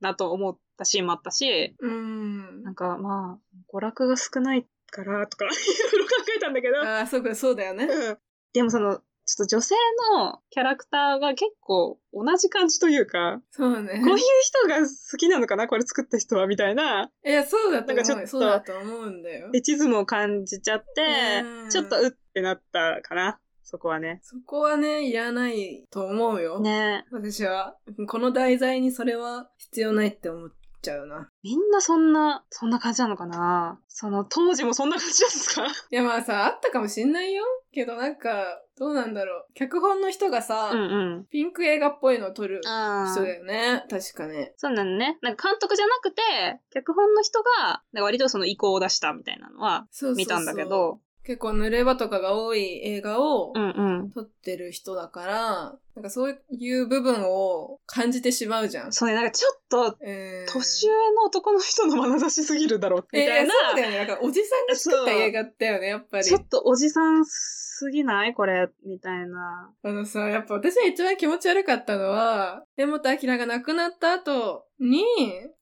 [SPEAKER 4] なと思ったシーンもあったし、
[SPEAKER 3] うん。
[SPEAKER 4] なんかまあ、娯楽が少ないからとかいろいろ考えたんだけど、
[SPEAKER 3] ああ、そうか、そうだよね。
[SPEAKER 4] うんでもその、ちょっと女性のキャラクターが結構同じ感じというか、
[SPEAKER 3] そうね
[SPEAKER 4] こういう人が好きなのかなこ [laughs] れ作った人はみたいない
[SPEAKER 3] や、そうだと
[SPEAKER 4] なんかちょっ
[SPEAKER 3] 思う。
[SPEAKER 4] と
[SPEAKER 3] そうだと思うんだよ。
[SPEAKER 4] エチズムを感じちゃって、
[SPEAKER 3] うん
[SPEAKER 4] ちょっとうってなったかなそこはね。
[SPEAKER 3] そこはね、いらないと思うよ。
[SPEAKER 4] ね
[SPEAKER 3] 私は。この題材にそれは必要ないって思っちゃうな。
[SPEAKER 4] みんなそんな、そんな感じなのかなその当時もそんな感じなんで
[SPEAKER 3] [laughs]
[SPEAKER 4] すか
[SPEAKER 3] いや、まあさ、あったかもしんないよ。けどなんか、どうなんだろう。脚本の人がさ、
[SPEAKER 4] うんうん。
[SPEAKER 3] ピンク映画っぽいのを撮る
[SPEAKER 4] あ
[SPEAKER 3] 人だよね。確かね。
[SPEAKER 4] そうなのね。なんか監督じゃなくて、脚本の人が、なんか割とその意向を出したみたいなのは
[SPEAKER 3] そうそうそう
[SPEAKER 4] 見たんだけ。ど。
[SPEAKER 3] 結構濡れ場とかが多い映画を
[SPEAKER 4] うんうん。
[SPEAKER 3] 撮ってる人だから、なんかそういう部分を感じてしまうじゃん。
[SPEAKER 4] そうね、なんかちょっと、
[SPEAKER 3] えー
[SPEAKER 4] 年上の男の人の眼差しすぎるだろ、み
[SPEAKER 3] え
[SPEAKER 4] たい
[SPEAKER 3] ー
[SPEAKER 4] な。
[SPEAKER 3] そうだよね。だからおじさんが作った映画だよね、やっぱり
[SPEAKER 4] ち。ょっとおじさんすぎないこれ、みたいな。
[SPEAKER 3] あのさ、やっぱ私が一番気持ち悪かったのは、根本明が亡くなった後に、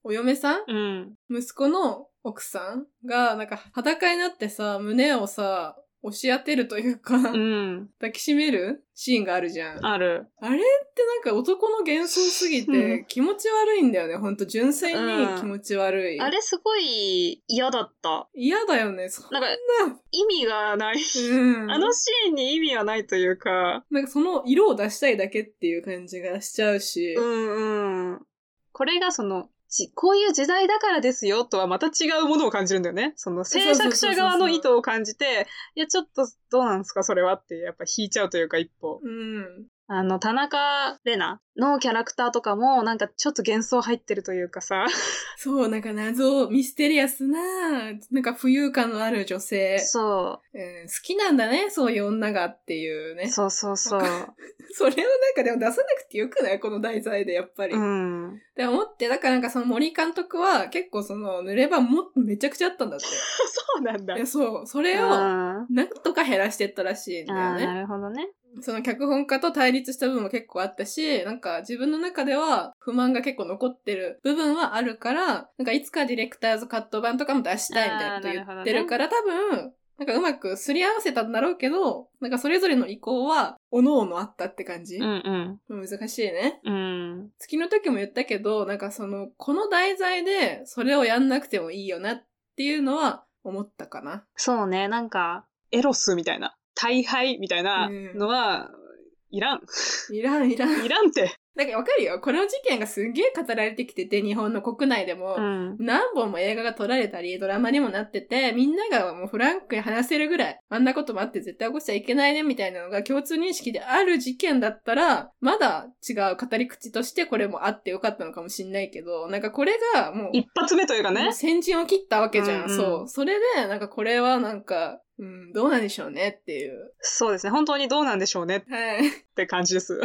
[SPEAKER 3] お嫁さん
[SPEAKER 4] うん。
[SPEAKER 3] 息子の奥さんが、なんか裸になってさ、胸をさ、押し当てるというか、
[SPEAKER 4] うん。
[SPEAKER 3] 抱きしめるシーンがあるじゃん。あ
[SPEAKER 4] ある。
[SPEAKER 3] れってなんか男の幻想すぎ
[SPEAKER 4] う
[SPEAKER 3] て気持ち悪いんだよね。ほんと純粋に気持ち悪い。
[SPEAKER 4] あれすごい嫌だった。
[SPEAKER 3] 嫌だよね。そん
[SPEAKER 4] な
[SPEAKER 3] な。
[SPEAKER 4] んか、意味がない。
[SPEAKER 3] うん
[SPEAKER 4] あのシーンに意味はないというか。
[SPEAKER 3] なんかその色を出したいだけっていう感じがしちゃうし。
[SPEAKER 4] うんうん。これがその、じこういう時代だからですよとはまた違うものを感じるんだよね。その制作者側の意図を感じて、いや、ちょっとどうなんですかそれはって、やっぱ引いちゃうというか一歩。
[SPEAKER 3] うん。
[SPEAKER 4] あの、田中玲奈のキャラクターとかも、なんかちょっと幻想入ってるというかさ。
[SPEAKER 3] そう、なんか謎、ミステリアスな、なんか浮遊感のある女性。
[SPEAKER 4] そ
[SPEAKER 3] うん、好きなんだね、そういう女がっていう
[SPEAKER 4] う。
[SPEAKER 3] ね。
[SPEAKER 4] そうそうそう。
[SPEAKER 3] それをなんかでも出さなくてよくないこの題材でやっぱり。
[SPEAKER 4] う
[SPEAKER 3] っ
[SPEAKER 4] ん。
[SPEAKER 3] て思って、だからなんかその森監督は結構その濡れ場もめちゃくちゃあったんだって。
[SPEAKER 4] そうなんだ。
[SPEAKER 3] いやそう、それを
[SPEAKER 4] あ
[SPEAKER 3] なんとか減らしてったらしいんだ
[SPEAKER 4] ー
[SPEAKER 3] よ
[SPEAKER 4] あー、
[SPEAKER 3] ね。
[SPEAKER 4] なるほどね。
[SPEAKER 3] その脚本家と対立した部分も結構あったし、なんか自分の中では不満が結構残ってる部分はあるから、なんかいつかディレクターズカット版とかも出したいみたいなこと言ってるから、多分、なんかうまくすり合わせたんだろうけど、なんかそれぞれの意向は、おのおのあったって感じ。
[SPEAKER 4] うん
[SPEAKER 3] 難しいね。
[SPEAKER 4] うん。うん。
[SPEAKER 3] 月の時も言ったけど、なんかその、この題材でそれをやんなくてもいいよなっていうのは思ったかな。
[SPEAKER 4] そうね、なんか、エロスみたいな、大敗みたいなのは、いらん。
[SPEAKER 3] いらんいらん。
[SPEAKER 4] いらんって。
[SPEAKER 3] なんかわかるよ。この事件がすんげえ語られてきてて、日本の国内でも。
[SPEAKER 4] ん。
[SPEAKER 3] 何本も映画が撮られたり、ドラマにもなってて、みんながもうフランクに話せるぐらい、あんなこともあって絶対起こしちゃいけないねみたいなのが共通認識である事件だったら、まだ違う語り口としてこれもあってよかったのかもしんないけど、なんかこれがもう、
[SPEAKER 4] 一発目というか
[SPEAKER 3] も
[SPEAKER 4] ね
[SPEAKER 3] う。先陣を切ったわけじゃん。
[SPEAKER 4] うんうん
[SPEAKER 3] そう。それで、なんかこれはなんか、うん、どうなんでしょうねっていう。
[SPEAKER 4] そうですね、本当にどうなんでしょうねっ
[SPEAKER 3] はい。
[SPEAKER 4] て感じです。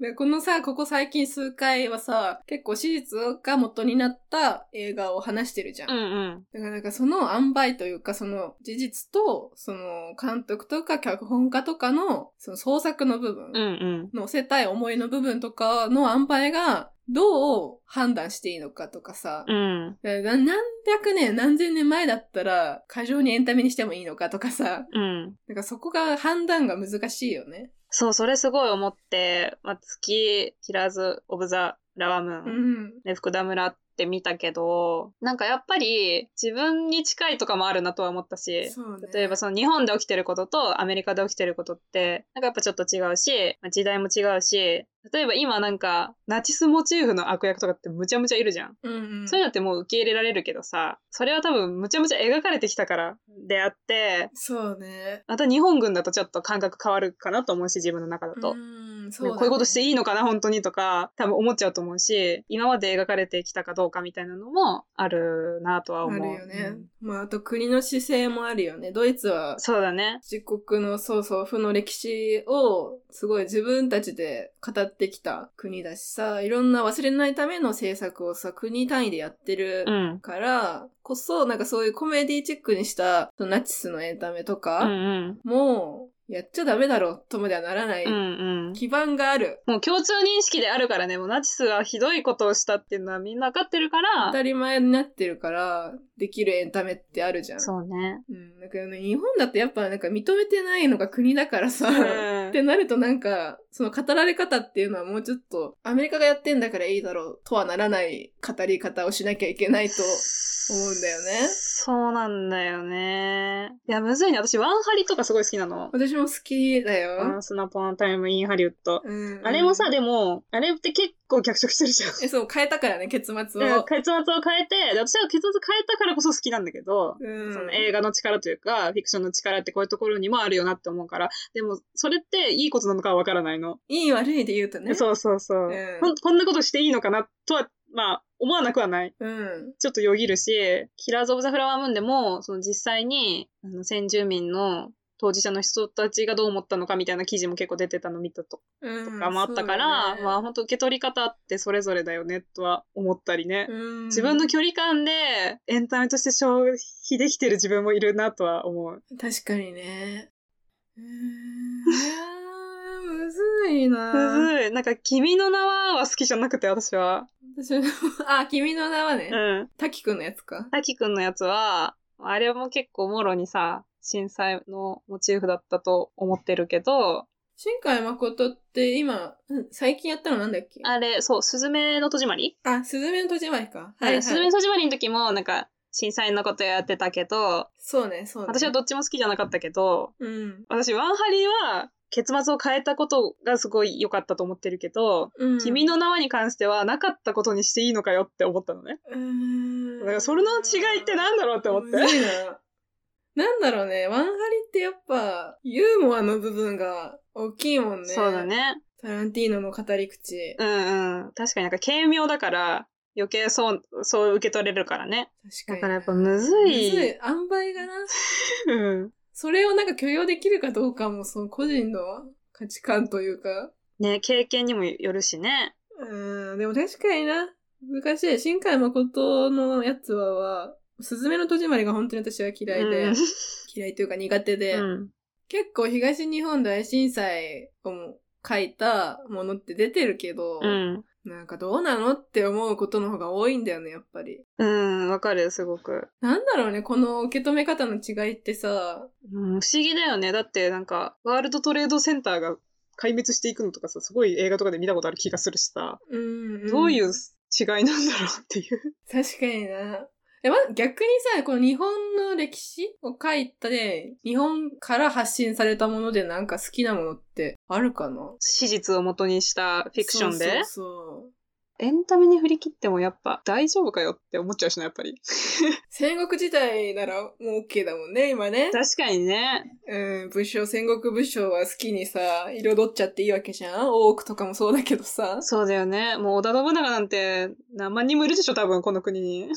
[SPEAKER 3] で、このさ、ここ最近数回はさ、結構史実が元になった映画を話してるじゃん。
[SPEAKER 4] うんうん。
[SPEAKER 3] だからなんかその塩梅というか、その事実と、その監督とか脚本家とかの、その創作の部分、
[SPEAKER 4] うんうん。
[SPEAKER 3] 乗せたい思いの部分とかの塩梅が、どう判断していいのかとかさ、
[SPEAKER 4] うん。
[SPEAKER 3] だからな何百年、何千年前だったら、過剰にエンタメにしてもいいのかとかさ、
[SPEAKER 4] うん。
[SPEAKER 3] なんかそこが判断が難しいよね。
[SPEAKER 4] そう、それすごい思って、まあ、月、キラーズ・オブ・ザ・ラワムーン。
[SPEAKER 3] うん。
[SPEAKER 4] ね、福田村って見たけど、なんかやっぱり自分に近いとかもあるなとは思ったし、
[SPEAKER 3] そうね。
[SPEAKER 4] 例えばその日本で起きてることとアメリカで起きてることって、なんかやっぱちょっと違うし、まあ時代も違うし、例えば今なんかナチスモチーフの悪役とかってむちゃむちゃいるじゃん。
[SPEAKER 3] うんうん。
[SPEAKER 4] そういうのってもう受け入れられるけどさ、それは多分むちゃむちゃ描かれてきたからであって、
[SPEAKER 3] そうね。
[SPEAKER 4] また日本軍だとちょっと感覚変わるかなと思うし、自分の中だと。
[SPEAKER 3] うん、そうだね
[SPEAKER 4] こういうことしていいのかな本当にとか多分思っちゃうと思うし今まで描かれてきたかどうかみたいなのもあるなとは思
[SPEAKER 3] あ
[SPEAKER 4] う
[SPEAKER 3] るよね。
[SPEAKER 4] うん
[SPEAKER 3] まあ、あと国の姿勢もあるよね。ドイツは
[SPEAKER 4] そうだね
[SPEAKER 3] 自国のそうそう、負の歴史をすごい自分たちで語ってきた国だしさ、いろんな忘れないための政策をさ、国単位でやってる
[SPEAKER 4] うん
[SPEAKER 3] からこそ、なんかそういうコメディチックにしたそのナチスのエンタメと
[SPEAKER 4] うんう
[SPEAKER 3] か
[SPEAKER 4] ん
[SPEAKER 3] も、やっちゃダメだろとまではならない、
[SPEAKER 4] うんうん。
[SPEAKER 3] 基盤がある。
[SPEAKER 4] もう共通認識であるからね、もうナチスがひどいことをしたっていうのはみんなわかってるか
[SPEAKER 3] 当た
[SPEAKER 4] ら、
[SPEAKER 3] り前になってるから、できるエンタメってあるじゃん。
[SPEAKER 4] そうね。
[SPEAKER 3] うん、だからね、日本だとやっぱなんか認めてないのが国だからさ、ってなるとなんか、その語られ方っていうのはもうちょっと、アメリカがやってんだからいいだろうとはならない語り方をしなきゃいけないと。思うんだよね
[SPEAKER 4] そうなんだよね。いや、むずいね。私、ワンハリとかすごい好きなの。
[SPEAKER 3] 私も好きだ
[SPEAKER 4] ワ
[SPEAKER 3] よ
[SPEAKER 4] ン。スナポンタイムインハリウッド。
[SPEAKER 3] うんうん
[SPEAKER 4] あれもさ、でも、あれって結構脚色してるじゃん。
[SPEAKER 3] え、そう、変えたからね、結末
[SPEAKER 4] うん
[SPEAKER 3] を。
[SPEAKER 4] 結末を変えて、で私は結末変えたからこそ好きなんだけど、
[SPEAKER 3] うん
[SPEAKER 4] その映画の力というか、フィクションの力ってこういうところにもあるよなって思うから、でも、それっていいことなのかはわからないの。
[SPEAKER 3] いい悪いで言うとね。
[SPEAKER 4] そうそうそ
[SPEAKER 3] う
[SPEAKER 4] う、
[SPEAKER 3] ん
[SPEAKER 4] こん。こんなことしていいのかなとは、まあ、思わなくはない。
[SPEAKER 3] うん。
[SPEAKER 4] ちょっとよぎるし、キラーズ・オブ・ザ・フラワームーンでも、その実際に、あの、先住民の当事者の人たちがどう思ったのかみたいな記事も結構出てたの見たと
[SPEAKER 3] うん。
[SPEAKER 4] とかもあったから、まあ
[SPEAKER 3] あ、
[SPEAKER 4] 本当受け取り方ってそれぞれだよねとは思ったりね。
[SPEAKER 3] うん
[SPEAKER 4] 自分の距離感でエンタメとして消費できてる自分もいるなとは思う。
[SPEAKER 3] 確かにね。うーん。いやーむずいな
[SPEAKER 4] むずい。なんか、君の名はは好きじゃなくて、私は。
[SPEAKER 3] 私もあ、君の名はね、
[SPEAKER 4] うん。
[SPEAKER 3] 滝くんのやつか。
[SPEAKER 4] 滝くんのやつは、あれも結構もろにさ、震災のモチーフだったと思ってるけど、
[SPEAKER 3] 新海誠って今、うん最近やったのなんだっけ
[SPEAKER 4] あれ、そう、すずめの戸締まり
[SPEAKER 3] あ、すずめの戸締まりか。
[SPEAKER 4] は
[SPEAKER 3] はい、はい
[SPEAKER 4] い。すずめの戸締まりの時も、なんか、震災のことやってたけど、
[SPEAKER 3] そうね、そうね。
[SPEAKER 4] 私はどっちも好きじゃなかったけど、
[SPEAKER 3] うん。
[SPEAKER 4] 私、ワンハリは、結末を変えたことがすごい良かったと思ってるけど、
[SPEAKER 3] うん。
[SPEAKER 4] 君の名はに関してはなかったことにしていいのかよって思ったのね。
[SPEAKER 3] うーん。
[SPEAKER 4] だからそれの違いってなんだろうって思って
[SPEAKER 3] むずいな。なんだろうね、ワンハリってやっぱ、ユーモアの部分が大きいもんね。
[SPEAKER 4] そうだ。ね。
[SPEAKER 3] タランティーノの語り口。
[SPEAKER 4] うんうん。確かになんか軽妙だから、余計そう、そう受け取れるからね。
[SPEAKER 3] 確か
[SPEAKER 4] だ
[SPEAKER 3] に。
[SPEAKER 4] からやっぱむず
[SPEAKER 3] むずい。
[SPEAKER 4] い。
[SPEAKER 3] 塩梅がな。
[SPEAKER 4] うん。
[SPEAKER 3] それをなんか許容できるかどうかも、その個人の価値観というか。
[SPEAKER 4] ね、経験にもよるしね。
[SPEAKER 3] うーん、でも確かにな。難しい。新海誠のやつはは、すずめの戸締まりが本当に私は嫌いで、
[SPEAKER 4] うん
[SPEAKER 3] [laughs] 嫌いというか苦手で、
[SPEAKER 4] うん。
[SPEAKER 3] 結構東日本大震災をも書いたものって出てるけど、
[SPEAKER 4] うん。
[SPEAKER 3] なんかどうなのって思うことの方が多いんだよね、やっぱり。
[SPEAKER 4] うん、わかる、すごく。
[SPEAKER 3] なんだろうね、この受け止め方の違いってさ、
[SPEAKER 4] うん、不思議だよね。だってなんか、ワールドトレードセンターが壊滅していくのとかさ、すごい映画とかで見たことある気がするしさ、
[SPEAKER 3] うん、ん
[SPEAKER 4] どういう違いなんだろうっていう。
[SPEAKER 3] 確かにな。え、ま、逆にさ、この日本の歴史を書いたで、日本から発信されたものでなんか好きなものってあるかな
[SPEAKER 4] 史実を元にしたフィクションで。
[SPEAKER 3] そうそうそう
[SPEAKER 4] エンタメに振り切ってもやっぱ大丈夫かよって思っちゃうしな、やっぱり。
[SPEAKER 3] 戦国時代ならもう OK だもんね、今ね。
[SPEAKER 4] 確かにね。
[SPEAKER 3] うん、武将、戦国武将は好きにさ、彩っちゃっていいわけじゃん大奥とかもそうだけどさ、
[SPEAKER 4] そうだよね。もう織田信長なんて何万人もいるでしょ、多分、この国に。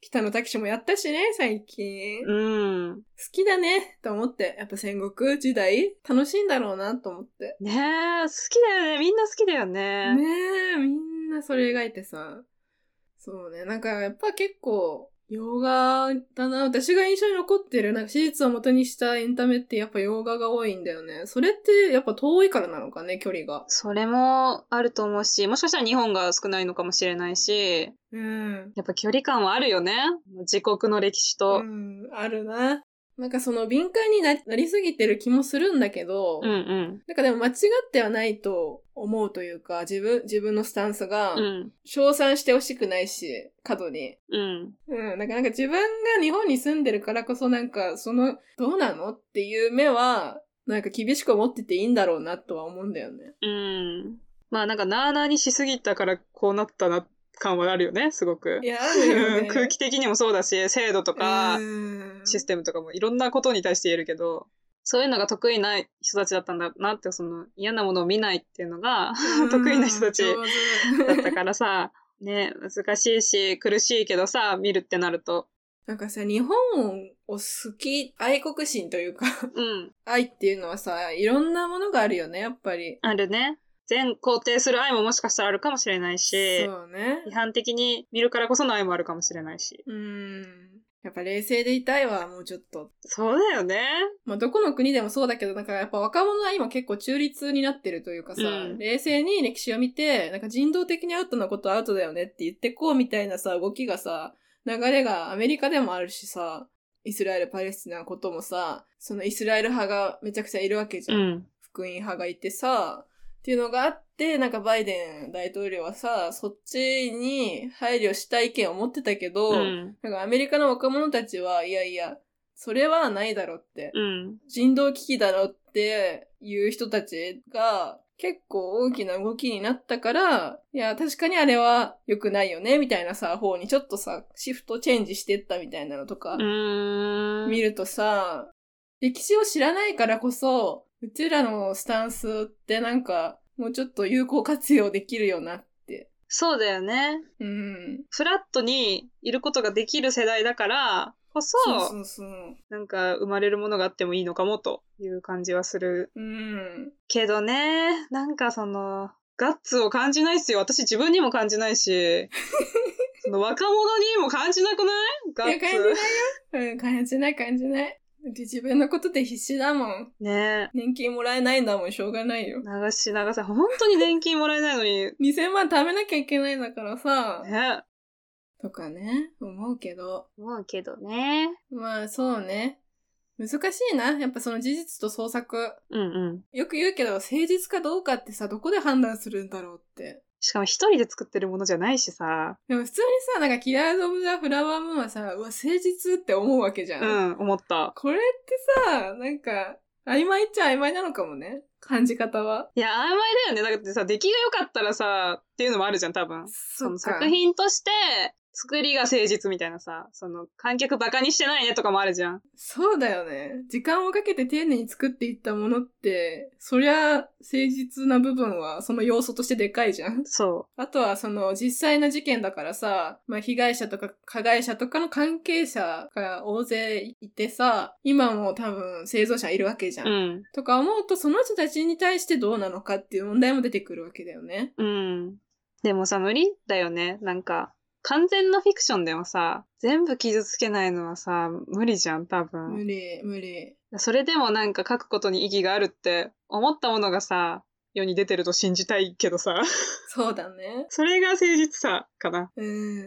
[SPEAKER 3] 北野武史もやったしね、最近。好
[SPEAKER 4] うん。
[SPEAKER 3] きだね、と思って。やっぱ戦国時代楽しいんだろうな、と思って。
[SPEAKER 4] ねえ、好きだよね。みんな好きだよね。
[SPEAKER 3] ねえ、みんなそれ描いてさ。そうね、なんかやっぱ結構、洋画だな。私が印象に残ってる、なんか史実を元にしたエンタメってやっぱ洋画が多いんだよね。それってやっぱ遠いからなのかね、距離が。
[SPEAKER 4] それもあると思うし、もしかしたら日本が少ないのかもしれないし、
[SPEAKER 3] うん。
[SPEAKER 4] やっぱ距離感はあるよね。自国の歴史
[SPEAKER 3] う
[SPEAKER 4] と。
[SPEAKER 3] ん、あるな。なんかその敏感にななりすぎてる気もするんだけど、
[SPEAKER 4] うんうん。
[SPEAKER 3] なんかでも間違ってはないと思うというか、自分、自分のスタンスが
[SPEAKER 4] う、ん。
[SPEAKER 3] 称賛してほしくないし、過度に。
[SPEAKER 4] うん。
[SPEAKER 3] うん、なんかなんか自分が日本に住んでるからこそなんかそのどうなのっていう目はなんか厳しく思ってていいんだろうなとは思うんだよね。
[SPEAKER 4] うん。まあなんか、なあなあにしすぎたからこうなったな、感はあるよね、すごく。
[SPEAKER 3] いや、あるよ
[SPEAKER 4] うん
[SPEAKER 3] ね。
[SPEAKER 4] [laughs] 空気的にもそうだし、制度とか
[SPEAKER 3] う、ん
[SPEAKER 4] システムとかもいろんなことに対して言えるけど、そういうのが得意な人たちだったんだなって、その嫌なものを見ないっていうの [laughs] が得意な人たち
[SPEAKER 3] うん上
[SPEAKER 4] だ
[SPEAKER 3] 手
[SPEAKER 4] ったからさ、ね、難しいし、苦しいけどさ、見るってなると。
[SPEAKER 3] なんかさ、日本を好き、愛国心というか、
[SPEAKER 4] うん。
[SPEAKER 3] 愛っていうのはさ、いろんなものがあるよね、やっぱり。
[SPEAKER 4] あるね。全肯定する愛ももしかしたらあるかもしれないし、
[SPEAKER 3] そうね
[SPEAKER 4] 批。判的に見るからこその愛もあるかもしれないし。
[SPEAKER 3] うん。やっぱ冷静でいたいわ、もうちょっと。
[SPEAKER 4] そうだよね。
[SPEAKER 3] まあ、どこの国でもそうだけど、なんかやっぱ若者は今結構中立になってるというかさ、
[SPEAKER 4] うん
[SPEAKER 3] 冷静に歴史を見て、なんか人道的にアウトなことはアウトだよねって言ってこうみたいなさ、動きがさ、流れがアメリカでもあるしさ、イスラエル、パレスチナのこともさ、そのイスラエル派がめちゃくちゃいるわけじゃん。
[SPEAKER 4] ん。
[SPEAKER 3] 福音派がいてさ、っていうのがあって、なんかバイデン大統領はさ、そっちに配慮した意見を持ってたけど、
[SPEAKER 4] うん。
[SPEAKER 3] なんかアメリカの若者たちは、いやいや、それはないだろうって、
[SPEAKER 4] うん。
[SPEAKER 3] 人道危機だろうっていう人たちが、結構大きな動きになったから、いや、確かにあれは良くないよね、みたいなさ、方にちょっとさ、シフトチェンジしてったみたいなのとか
[SPEAKER 4] う、ーん。
[SPEAKER 3] 見るとさ、歴史を知らないからこそ、うちらのスタンスってなんか、もうちょっと有効活用できるよなって。
[SPEAKER 4] そうだよね。
[SPEAKER 3] うん。
[SPEAKER 4] フラットにいることができる世代だからこそ、
[SPEAKER 3] そうそうそう。
[SPEAKER 4] なんか生まれるものがあってもいいのかもという感じはする
[SPEAKER 3] うん。
[SPEAKER 4] けどね、なんかその、ガッツを感じないっすよ。私自分にも感じない
[SPEAKER 3] [laughs]
[SPEAKER 4] し、その若者にも感じなくないガ
[SPEAKER 3] いや、
[SPEAKER 4] ッ
[SPEAKER 3] 感じないよ
[SPEAKER 4] ツ。。
[SPEAKER 3] うん、感じない感じない。だって自分のことで必死だもん。
[SPEAKER 4] ねえ。
[SPEAKER 3] [laughs] 年金もらえないんだもん、しょうがないよ。
[SPEAKER 4] 流し流せ。本当に年金もらえないのに、
[SPEAKER 3] 2000万貯めなきゃいけないんだからさ。
[SPEAKER 4] ね。
[SPEAKER 3] とかね、思うけど。
[SPEAKER 4] 思うけどね。
[SPEAKER 3] まあ、そうね。難しいな。やっぱその事実と創作。
[SPEAKER 4] うんうん。
[SPEAKER 3] よく言うけど、誠実かどうかってさ、どこで判断するんだろうって。
[SPEAKER 4] しかも一人で作ってるものじゃないしさ、
[SPEAKER 3] でも普通にさ、なんか、キラーズ・オブ・ザ・フラワームーンはさ、うわ、誠実って思うわけじゃん。
[SPEAKER 4] うん、思った。
[SPEAKER 3] これってさ、なんか、曖昧っちゃ曖昧なのかもね。感じ方は。
[SPEAKER 4] いや、曖昧だよね。だってさ、出来が良かったらさ、っていうのもあるじゃん、多分。
[SPEAKER 3] そ
[SPEAKER 4] そ
[SPEAKER 3] っ
[SPEAKER 4] の
[SPEAKER 3] か。
[SPEAKER 4] 作品として、作りが誠実みたいなさ、その、観客バカにしてないねとかもあるじゃん。
[SPEAKER 3] そうだよね。時間をかけて丁寧に作っていったものって、そりゃ、誠実な部分は、その要素としてでかいじゃん。
[SPEAKER 4] そ
[SPEAKER 3] あとは、その、実際の事件だからさ、まあ、被害者とか加害者とかの関係者が大勢いてさ、今も多分生存者いるわけじゃん。
[SPEAKER 4] う。うん。
[SPEAKER 3] とか思うと、その人たちに対してどうなのかっていう問題も出てくるわけだよね。
[SPEAKER 4] うん。でもさ、無理だよね。なんか、完全なフィクションでもさ、全部傷つけないのはさ、無理じゃん、多
[SPEAKER 3] 無
[SPEAKER 4] 分。
[SPEAKER 3] 理、無理。
[SPEAKER 4] それでもなんか書くことに意義があるって思ったものがさ、世に出てると信じたいけどさ、
[SPEAKER 3] そうだね。
[SPEAKER 4] それが誠実さかな。
[SPEAKER 3] うん、う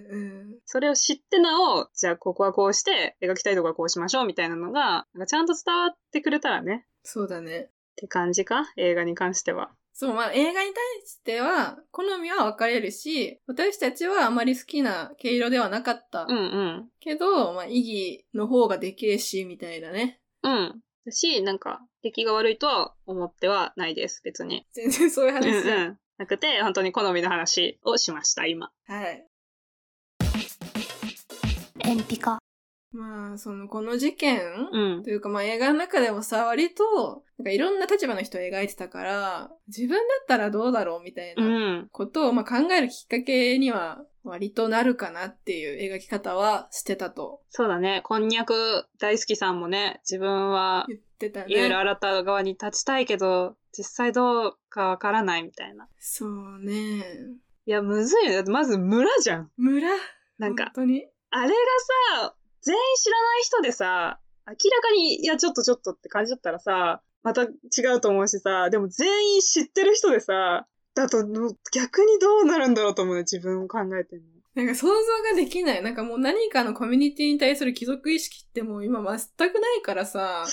[SPEAKER 3] ん。
[SPEAKER 4] それを知ってなお、じゃあここはこうして、描きたいとこはこうしましょうみたいなのが、なんかちゃんと伝わってくれたらね、
[SPEAKER 3] そうだね。
[SPEAKER 4] って感じか映画に関しては。
[SPEAKER 3] そう、まあ映画に対しては、好みは分かれるし、私たちはあまり好きな毛色ではなかった。
[SPEAKER 4] うんうん。
[SPEAKER 3] けど、まあ意義の方がでけえし、みたいなね。
[SPEAKER 4] うん。だし、なんか、出来が悪いとは思ってはないです、別に。
[SPEAKER 3] 全然そういう
[SPEAKER 4] うん
[SPEAKER 3] 話じゃん。
[SPEAKER 4] うん。なくて、本当に好みの話をしました、今。
[SPEAKER 3] はい。
[SPEAKER 2] エンピカ
[SPEAKER 3] まあ、その、この事件、
[SPEAKER 4] うん。。
[SPEAKER 3] というか、まあ映画の中でもさ、割と、なんかいろんな立場の人を描いてたから、自分だったらどうだろうみたいうなんことを、まあ考えるきっかけには、割となるかなっていう描き方はしてたと
[SPEAKER 4] そうだね。こんにゃく大好きさんもね、自分は、
[SPEAKER 3] 言ってた
[SPEAKER 4] いろいろ
[SPEAKER 3] ね。
[SPEAKER 4] 新た側に立ちたいけど、実際どうかわからないみたいな。
[SPEAKER 3] そうね。
[SPEAKER 4] いや、むずいよね。だってまず村じゃん。
[SPEAKER 3] 村
[SPEAKER 4] なんか
[SPEAKER 3] 本、当に。
[SPEAKER 4] あれがさ、全員知らない人でさ、明らかに、いや、ちょっとちょっとって感じだったらさ、また違うと思うしさ、でも全員知ってる人でさ、だともう逆にどうなるんだろうと思うね、自分を考えてる
[SPEAKER 3] なんか想像ができない。なんかもう何かのコミュニティに対する帰属意識ってもう今全くないからさ、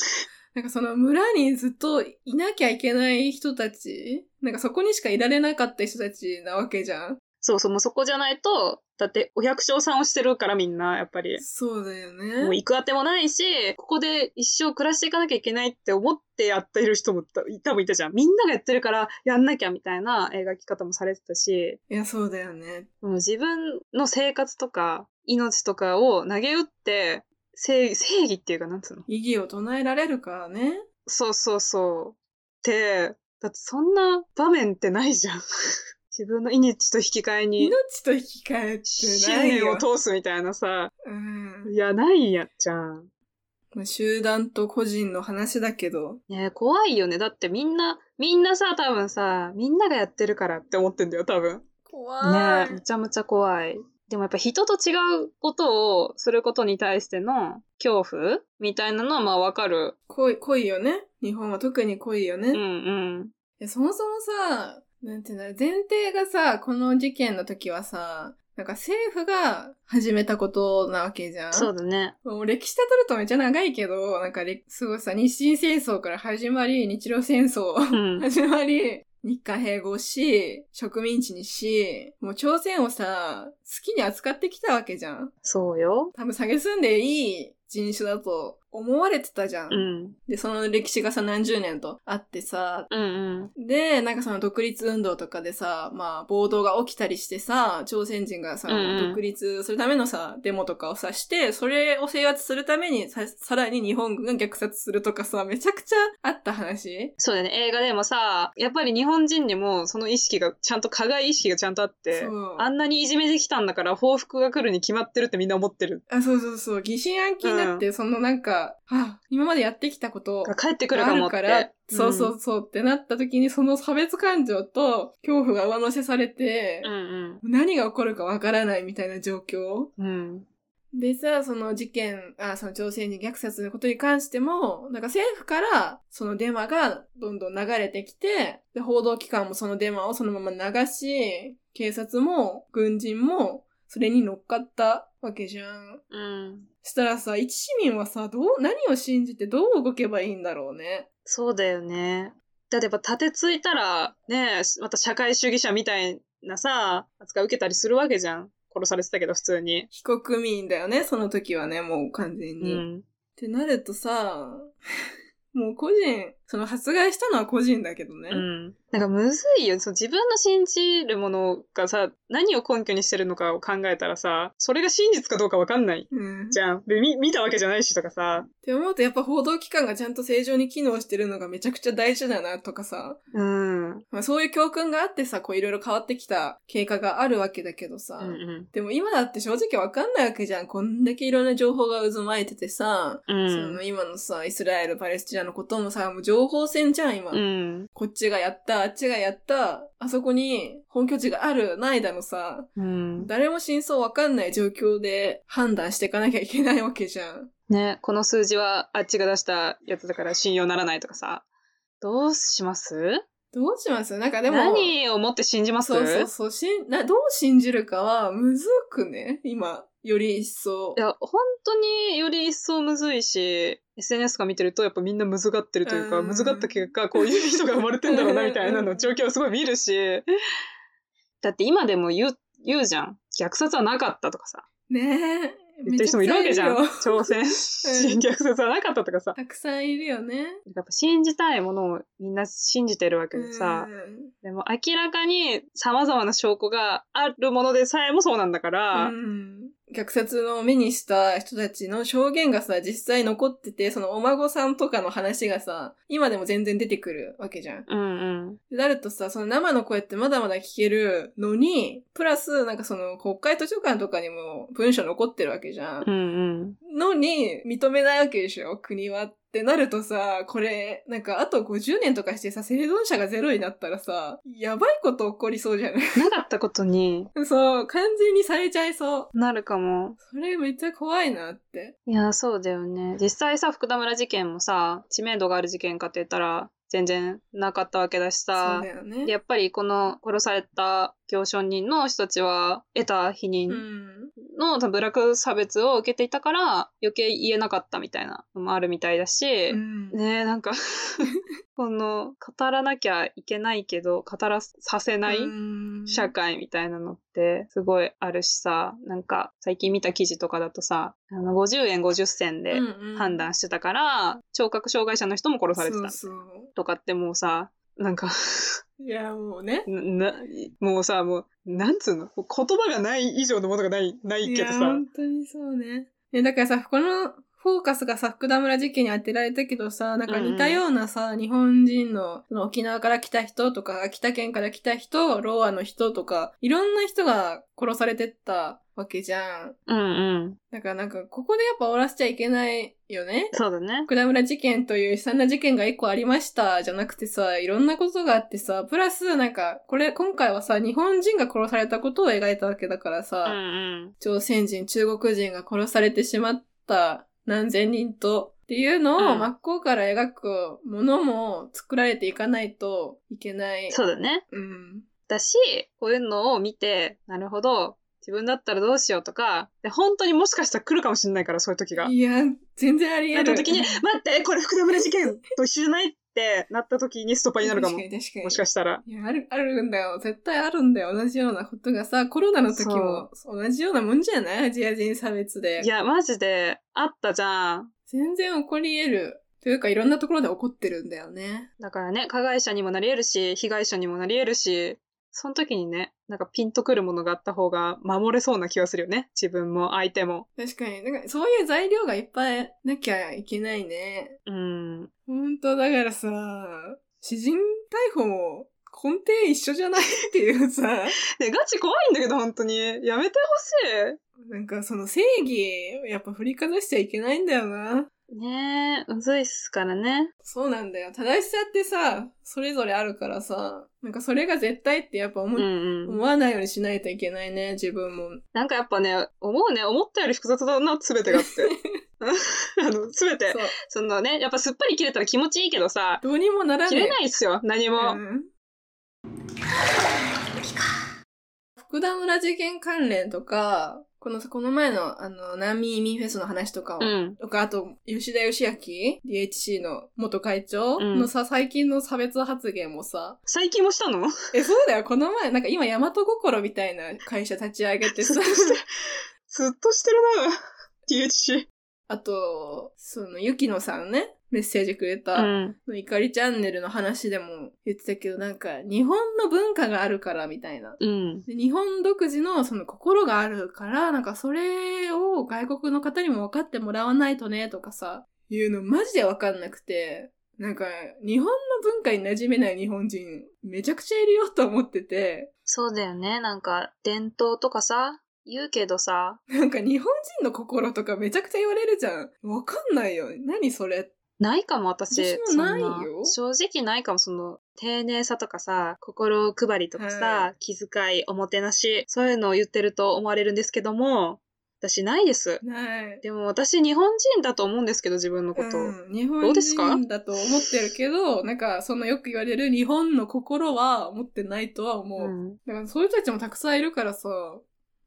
[SPEAKER 3] なんかその村にずっといなきゃいけない人たち、なんかそこにしかいられなかった人たちなわけじゃん。
[SPEAKER 4] そうそう、もうそこじゃないと、だってお百姓さんをしてるからみんな、やっぱり。
[SPEAKER 3] そうだよ
[SPEAKER 4] もう
[SPEAKER 3] ね。
[SPEAKER 4] 行くあてもないし、ここで一生暮らしていかなきゃいけないって思ってやってる人もた多分いたじゃん。みんながやってるからやんなきゃみたいな描き方もされてたし、
[SPEAKER 3] いや、そうだよね。
[SPEAKER 4] もう自分の生活とか命とかを投げ打って正正義っていうかなんつうの
[SPEAKER 3] 意義を唱えられるからね。
[SPEAKER 4] そうそうそうってだってそんな場面ってないじゃん [laughs] 自分の命と引き換えに
[SPEAKER 3] 命と引き換えって
[SPEAKER 4] 信
[SPEAKER 3] ない
[SPEAKER 4] 念を
[SPEAKER 3] よ。
[SPEAKER 4] 通すみたいなさ
[SPEAKER 3] うん
[SPEAKER 4] いやないやっちゃん
[SPEAKER 3] まあ集団と個人の話だけど。
[SPEAKER 4] ねえ怖いよねだってみんなみんなさ多分さみんながやってるからって思ってんだよ多分
[SPEAKER 3] 怖
[SPEAKER 4] ねえむちゃむちゃ怖いでもやっぱ人と違うことをすることに対しての恐怖みたいなのはまあわかる。
[SPEAKER 3] 濃い、濃いよね。日本は特に濃いよね。
[SPEAKER 4] うんう
[SPEAKER 3] い
[SPEAKER 4] ん。
[SPEAKER 3] やそもそもさ、なんていうんだろう、前提がさ、この事件の時はさ、なんか政府が始めたことなわけじゃん。
[SPEAKER 4] そうだね。
[SPEAKER 3] もう歴史たどるとめっちゃ長いけど、なんかれ、すごいさ、日清戦争から始まり、日露戦争、
[SPEAKER 4] うん。
[SPEAKER 3] 始まり、日韓併合し、植民地にし、もう朝鮮をさ、好きに扱ってきたわけじゃん。
[SPEAKER 4] そうよ。
[SPEAKER 3] 多分下げすんでいい人種だと思われてたじゃん。
[SPEAKER 4] うん。
[SPEAKER 3] で、その歴史がさ、何十年とあってさ、
[SPEAKER 4] うんうん。
[SPEAKER 3] で、なんかその独立運動とかでさ、まあ暴動が起きたりしてさ、朝鮮人がさ、
[SPEAKER 4] うんうん
[SPEAKER 3] 独立するためのさ、デモとかをさして、それを制圧するためにさ、さらに日本軍が虐殺するとかさ、めちゃくちゃあった話
[SPEAKER 4] そうだね。映画でもさ、やっぱり日本人にもその意識が、ちゃんと加害意識がちゃんとあって
[SPEAKER 3] そう、
[SPEAKER 4] あんなにいじめてきたんだから報復が来るに決まってるってみんな思ってる。
[SPEAKER 3] あ、そうそうそう、疑心暗鬼になって、そのなんか、はあ、今までやってきたこと
[SPEAKER 4] が帰ってくる
[SPEAKER 3] があ
[SPEAKER 4] かも
[SPEAKER 3] るか
[SPEAKER 4] って。
[SPEAKER 3] ら、そうそ
[SPEAKER 4] ん。
[SPEAKER 3] うそうってなった時に、その差別感情と恐怖が上乗せされて
[SPEAKER 4] う、ん
[SPEAKER 3] 何が起こるかわからないみたいな状況
[SPEAKER 4] うん。うん。
[SPEAKER 3] でさ、その事件、あ、その朝鮮人虐殺のことに関しても、なんか政府からそのデマがどんどん流れてきて、で、報道機関もそのデマをそのまま流し、警察も軍人もそれに乗っかったわけじゃん。
[SPEAKER 4] うん。
[SPEAKER 3] したらさ、一市民はさ、どう、何を信じてどう動けばいいんだろうね。
[SPEAKER 4] そうだよね。だってやっぱ立てついたら、ねえ、また社会主義者みたいなさ、扱い受けたりするわけじゃん。殺されてたけど、普通に。
[SPEAKER 3] 非国民だよね、その時はね、もう完全
[SPEAKER 4] う
[SPEAKER 3] に。っ
[SPEAKER 4] ん。
[SPEAKER 3] てなるとさ、 [laughs] もう個人、その殺害したのは個人だけどね。
[SPEAKER 4] うん。なんかむずいよ。そう自分の信じるものがさ、何を根拠にしてるのかを考えたらさ、それが真実かどうかわかんない。
[SPEAKER 3] うん
[SPEAKER 4] じゃん。で、み見たわけじゃないしとかさ。
[SPEAKER 3] って思うとやっぱ報道機関がちゃんと正常に機能してるのがめちゃくちゃ大事だなとかさ、
[SPEAKER 4] うん。うん
[SPEAKER 3] まあ、そういう教訓があってさ、こういろいろ変わってきた経過があるわけだけどさ、
[SPEAKER 4] うん。
[SPEAKER 3] でも今だって正直わかんないわけじゃん。こんだけいろんな情報が渦巻いててさ、
[SPEAKER 4] う
[SPEAKER 3] そ
[SPEAKER 4] ん
[SPEAKER 3] の。今のさ、イスラエル、パレスチナのこともさ、もう情報戦じゃん今。
[SPEAKER 4] うん。
[SPEAKER 3] こっちがやった、あっちがやった、あそこに本拠地がある、ないだのさ、
[SPEAKER 4] うん。
[SPEAKER 3] 誰も真相わかんない状況で判断していかなきゃいけないわけじゃん。
[SPEAKER 4] ね、この数字はあっちが出したやつだから信用ならないとかさ。どうします
[SPEAKER 3] どうしますなんかでも。
[SPEAKER 4] 何をもって信じます
[SPEAKER 3] そうそうそうしんな。どう信じるかは、むずくね。今、より一層
[SPEAKER 4] い。や、本当により一層むずいし、SNS とか見てるとやっぱみんなむずがってるというか、
[SPEAKER 3] うん
[SPEAKER 4] むずがった結果、こういう人が生まれてんだろうなみたいな
[SPEAKER 3] う
[SPEAKER 4] の
[SPEAKER 3] ん
[SPEAKER 4] 状況をすごい見るし。だって今でも言う、言うじゃん。虐殺はなかったとかさ。
[SPEAKER 3] ねえ。
[SPEAKER 4] 言ってる人もいるわけじゃん。
[SPEAKER 3] めちくちいるよ
[SPEAKER 4] 朝鮮人虐殺はなかったとかさ。
[SPEAKER 3] たくさんいるよね。
[SPEAKER 4] やっぱ信じたいものをみんな信じてるわけでさ。
[SPEAKER 3] う
[SPEAKER 4] でも明らかに様々な証拠があるものでさえもそうなんだか
[SPEAKER 3] ん。
[SPEAKER 4] ら、
[SPEAKER 3] うん虐殺の目にした人たちの証言がさ、実際残ってて、そのお孫さんとかの話がさ、今でも全然出てくるわけじゃん。
[SPEAKER 4] うん、うん
[SPEAKER 3] でなるとさ、その生の声ってまだまだ聞けるのに、プラスなんかその国会図書館とかにも文章残ってるわけじゃん
[SPEAKER 4] うんうん
[SPEAKER 3] のに認めないわけでしょ、国は。ってなるとさ、これ、なんかあと50年とかしてさ、生存者がゼロになったらさ、やばいこと起こりそうじゃない [laughs]
[SPEAKER 4] なかったことに
[SPEAKER 3] そう、完全にされちゃいそう。
[SPEAKER 4] なるかも。
[SPEAKER 3] それめっちゃ怖いなって。
[SPEAKER 4] いや、そうだよね。実際さ、福田村事件もさ、知名度がある事件かって言ったら、全然なかったわけだし
[SPEAKER 3] そう
[SPEAKER 4] さ
[SPEAKER 3] だ、よね。
[SPEAKER 4] やっぱりこの殺された行商人の人たちは得た否認
[SPEAKER 3] うん。
[SPEAKER 4] の多分部落差別を受けていたから、余計言えなかったみたいなのもあるみたいだし、
[SPEAKER 3] うん
[SPEAKER 4] ねえ、な
[SPEAKER 3] [laughs]
[SPEAKER 4] んか、この、語らなきゃいけないけど、語らさせない
[SPEAKER 3] うん
[SPEAKER 4] 社会みたいなのって、すごいあるしさ、なんか、最近見た記事とかだとさ、あの、50円50銭で
[SPEAKER 3] うんうん
[SPEAKER 4] 判断してたから、聴覚障害者の人も殺されてた
[SPEAKER 3] そうそ
[SPEAKER 4] とかってもうさ、なんか
[SPEAKER 3] う。いや、もうね。
[SPEAKER 4] な、なもうさ、もう、なんつうのもう言葉がない以上のものがない、ないいけど
[SPEAKER 3] や、
[SPEAKER 4] さ
[SPEAKER 3] 本。当にそうね。ねだからさ、このフォーカスがさ、福田村事件に当てられたけどさ、なんか
[SPEAKER 4] うんうん
[SPEAKER 3] 似たようなさ、日本人の、その沖縄から来た人とか、秋田県から来た人、ローアの人とか、いろんな人が殺されてったわけじゃん。
[SPEAKER 4] うんうん。
[SPEAKER 3] だからなんか、ここでやっぱ終わらせちゃいけないよね。
[SPEAKER 4] そうだね。
[SPEAKER 3] 福田村事件という悲惨な事件が一個ありましたじゃなくてさ、いろんなことがあってさ、プラスなんか、これ、今回はさ、日本人が殺されたことを描いたわけだからさ、
[SPEAKER 4] うんうん。
[SPEAKER 3] 朝鮮人、中国人が殺されてしまった何千人と、っていうのを
[SPEAKER 4] うん
[SPEAKER 3] 真っ向から描くものも作られていかないといけない。
[SPEAKER 4] そうだね。
[SPEAKER 3] うん。
[SPEAKER 4] だし、こういうのを見て、なるほど、自分だったらどうしようとか、で本当にもしかしたら来るかもしれないから、そういう時が。
[SPEAKER 3] いや、全然あり
[SPEAKER 4] な
[SPEAKER 3] 得
[SPEAKER 4] った
[SPEAKER 3] る。
[SPEAKER 4] 時に、待って、これ福田村事件と一緒じゃないってなった時にストッパーになるかも。
[SPEAKER 3] 確かに確かに。
[SPEAKER 4] もしかしたら。
[SPEAKER 3] いや、ある、あるんだよ。絶対あるんだよ。同じようなことがさ、コロナの時も同じようなもんじゃないアジア人差別で。
[SPEAKER 4] いや、マジで、あったじゃん。
[SPEAKER 3] 全然起こり得る。というか、いろんなところで起こってるんだよね。
[SPEAKER 4] だからね、加害者にもなり得るし、被害者にもなり得るし、その時にね、なんかピンとくるものがあった方が守れそうな気がするよね。自分も相手も。
[SPEAKER 3] 確かに。なんか、そういう材料がいっぱいなきゃいけないね。
[SPEAKER 4] うん。
[SPEAKER 3] 本当だからさ、詩人逮捕も根底一緒じゃないっていうさ、
[SPEAKER 4] で、ガチ怖いんだけど、本当に。やめてほし
[SPEAKER 3] なんかその正義、やっぱ振りかざしちゃいけないんだよな。
[SPEAKER 4] い。ねえ、むずいっすからね。
[SPEAKER 3] そうなんだよ。正しさってさ、それぞれあるからさ、なんかそれが絶対ってやっぱ思,、
[SPEAKER 4] うんうん。
[SPEAKER 3] 思わないようにしないといけないね、自分も。
[SPEAKER 4] なんかやっぱね、思うね、思ったより複雑だな、すべてが [laughs] って。あの、すべて。
[SPEAKER 3] そう。
[SPEAKER 4] そのね、やっぱすっぱり切れたら気持ちいいけどさ、
[SPEAKER 3] どうにもなら
[SPEAKER 4] 切
[SPEAKER 3] ない。
[SPEAKER 4] れないっすよ、何も。
[SPEAKER 3] うん福田村事件関連とか、この、この前の、あの、難民移民フェスの話とかを、
[SPEAKER 4] うん。
[SPEAKER 3] とか、あと、吉田義明、DHC の元会長のさ、最近の差別発言もさ、
[SPEAKER 4] 最近もしたの
[SPEAKER 3] え、そうだよ、この前、なんか今、大和心みたいな会社立ち上げて
[SPEAKER 4] [laughs]
[SPEAKER 3] さ、
[SPEAKER 4] ずっとしてるな、THC。
[SPEAKER 3] あと、その、ゆきのさんね、メッセージくれ
[SPEAKER 4] う
[SPEAKER 3] た、
[SPEAKER 4] ん。
[SPEAKER 3] の怒りチャンネルの話でも言ってたけど、なんか、日本の文化があるから、みたいな。
[SPEAKER 4] うん。
[SPEAKER 3] で日本独自のその心があるから、なんかそれを外国の方にも分かってもらわないとね、とかさ、いうのマジで分かんなくて、なんか日本の文化に馴染めない日本人めちゃくちゃいるよと思ってて、
[SPEAKER 4] そうだよね。なんか、伝統とかさ、言うけどさ、
[SPEAKER 3] なんか日本人の心とかめちゃくちゃ言われるじゃん。分かんないよ。何それ。
[SPEAKER 4] ないかも、私。
[SPEAKER 3] 私もないよ
[SPEAKER 4] そんな正直ないかも、その、丁寧さとかさ、心配りとかさ、
[SPEAKER 3] は
[SPEAKER 4] 気遣い、おもてなし、そういうのを言ってると思われるんですけども、私ないです。
[SPEAKER 3] ない。
[SPEAKER 4] でも私、日本人だと思うんですけど、自分のこと。
[SPEAKER 3] うん、日
[SPEAKER 4] ど
[SPEAKER 3] 本
[SPEAKER 4] うですか
[SPEAKER 3] 人だと思ってるけど、なんかそのよく言われる日本の心は持ってないとは思う。
[SPEAKER 4] うん
[SPEAKER 3] だからそういう人たちもたくさんいるからさ、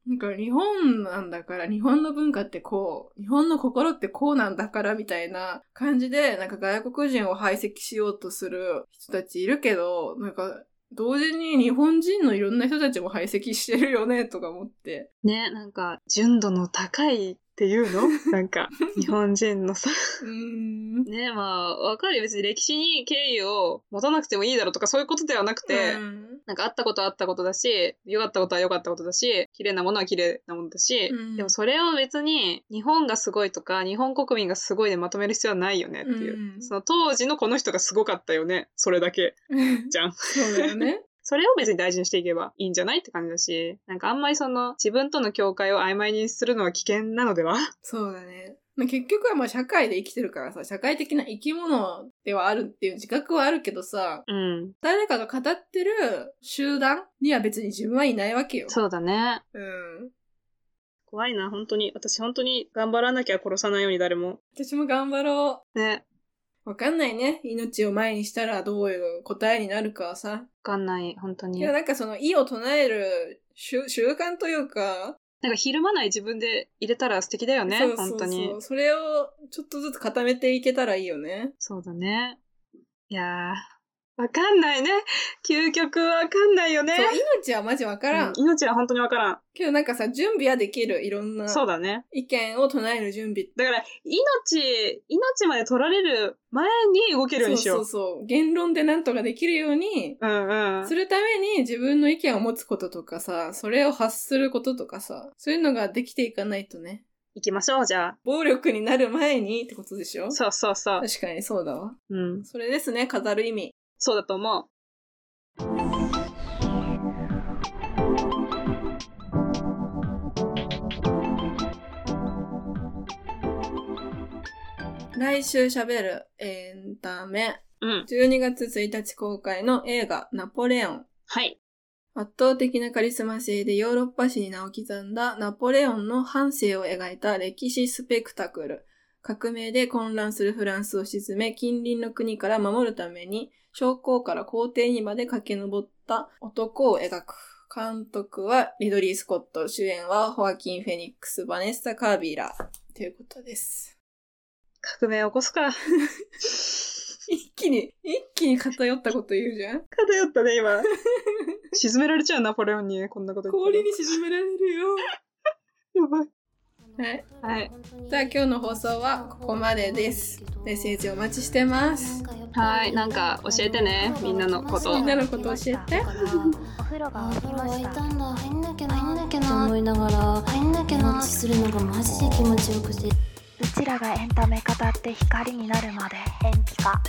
[SPEAKER 3] なんか日本なんだから、日本の文化ってこう、日本の心ってこうなんだからみたいな感じで、なんか外国人を排斥しようとする人たちいるけど、なんか同時に日本人のいろんな人たちも排斥してるよねとか思って。
[SPEAKER 4] ね、なんか、純度の高いっていう
[SPEAKER 3] [laughs]
[SPEAKER 4] のなんか、日本人のさ。
[SPEAKER 3] うーん。
[SPEAKER 4] ね、まあ、わかるよ。別に歴史に敬意を持たなくてもいいだろうとか、そういうことではなくて、
[SPEAKER 3] うん
[SPEAKER 4] なんかあったことはあったことだし、良かったことは良かったことだし、綺麗なものは綺麗なものだし、
[SPEAKER 3] うん
[SPEAKER 4] でもそれを別に日本がすごいとか、日本国民がすごいでまとめる必要はないよねっていう。
[SPEAKER 3] うん
[SPEAKER 4] その当時のこの人がすごかったよね。それだけ。じゃん。
[SPEAKER 3] そうだよ [laughs] ね。
[SPEAKER 4] それを別に大事にしていけばいいんじゃないって感じだし、なんかあんまりその自分との境界を曖昧にするのは危険なのでは
[SPEAKER 3] そうだね。まあ結局はまあ社会で生きてるからさ、社会的な生き物ではあるっていう自覚はあるけどさ、
[SPEAKER 4] うん。
[SPEAKER 3] 誰かが語ってる集団には別に自分はいないわけよ。
[SPEAKER 4] そうだね。
[SPEAKER 3] うん。
[SPEAKER 4] 怖いな、本当に。私本当に頑張らなきゃ殺さないように誰も。
[SPEAKER 3] 私も頑張ろ
[SPEAKER 4] ね。
[SPEAKER 3] う。わかんないね。命を前にしたらどういう答えになるかはさ。
[SPEAKER 4] わかんない、本当
[SPEAKER 3] い
[SPEAKER 4] に。
[SPEAKER 3] や、
[SPEAKER 4] なん
[SPEAKER 3] なんかその、意を唱える習習慣というか、
[SPEAKER 4] かひるまない自分で入れたら素敵だよね、
[SPEAKER 3] そうそうそう
[SPEAKER 4] 本当に。
[SPEAKER 3] それをちょっとずつ固めていけたらいいよね。
[SPEAKER 4] そうだね。いやー、わかんないね。究極わかんないよね
[SPEAKER 3] そう。、命はマジわからん。
[SPEAKER 4] うん命は本当にわからん。
[SPEAKER 3] けどなんかさ、準備はできる。いろんな
[SPEAKER 4] そうだね。
[SPEAKER 3] 意見を唱える準備。
[SPEAKER 4] だから、命、命まで取られる前に動ける
[SPEAKER 3] そ
[SPEAKER 4] よう
[SPEAKER 3] う
[SPEAKER 4] にしよう。
[SPEAKER 3] そうそう。言論でなんとかできるように、
[SPEAKER 4] うんうん
[SPEAKER 3] す。るために自分の意見を持つこととかさ、それを発することとかさ、そういうのができていかないとね。
[SPEAKER 4] 行きましょう、じゃ
[SPEAKER 3] 暴力になる前にってことでしょ
[SPEAKER 4] あ。そうそうそう。
[SPEAKER 3] 確かにそうだわ。
[SPEAKER 4] うん。
[SPEAKER 3] それですね、飾る意味。
[SPEAKER 4] そうだと思う。
[SPEAKER 3] 来週喋るエンタメ。
[SPEAKER 4] うん。
[SPEAKER 3] 12月1日公開の映画ナポレオン。
[SPEAKER 4] はい。
[SPEAKER 3] 圧倒的なカリスマ性でヨーロッパ史に名を刻んだナポレオンの半生を描いた歴史スペクタクル。革命で混乱するフランスを沈め、近隣の国から守るために、将校から皇帝にまで駆け上った男を描く。監督はリドリー・スコット、主演はホアキン・フェニックス、バネッサ・カービーラー。ということです。
[SPEAKER 4] 革命起こすか。
[SPEAKER 3] 一気に、一気に偏ったこと言うじゃん
[SPEAKER 4] 偏ったね、今。 [laughs] 沈められちゃうな、ナポレオンに。こんなこと言ったら
[SPEAKER 3] 氷に沈められるよ。
[SPEAKER 4] やばい。
[SPEAKER 3] はい。
[SPEAKER 4] はい。
[SPEAKER 3] じゃあ今日の放送はここまでです。メッセージお待ちしてます。
[SPEAKER 4] はい。なんか教えてね、みんなのこと
[SPEAKER 3] みん。なのこと教えて。
[SPEAKER 2] お風呂が
[SPEAKER 6] あ
[SPEAKER 2] 沸き
[SPEAKER 6] 風呂
[SPEAKER 2] ま
[SPEAKER 6] 沸
[SPEAKER 2] し
[SPEAKER 6] い
[SPEAKER 2] た
[SPEAKER 6] たんだ入んなきゃな
[SPEAKER 2] 入んなきゃな
[SPEAKER 6] と思いながら
[SPEAKER 2] 入んなきゃ
[SPEAKER 6] 寝
[SPEAKER 2] な
[SPEAKER 6] 落ちするのがマジで気持ちよくて
[SPEAKER 2] うちらがエンタメ語って光になるまで延期か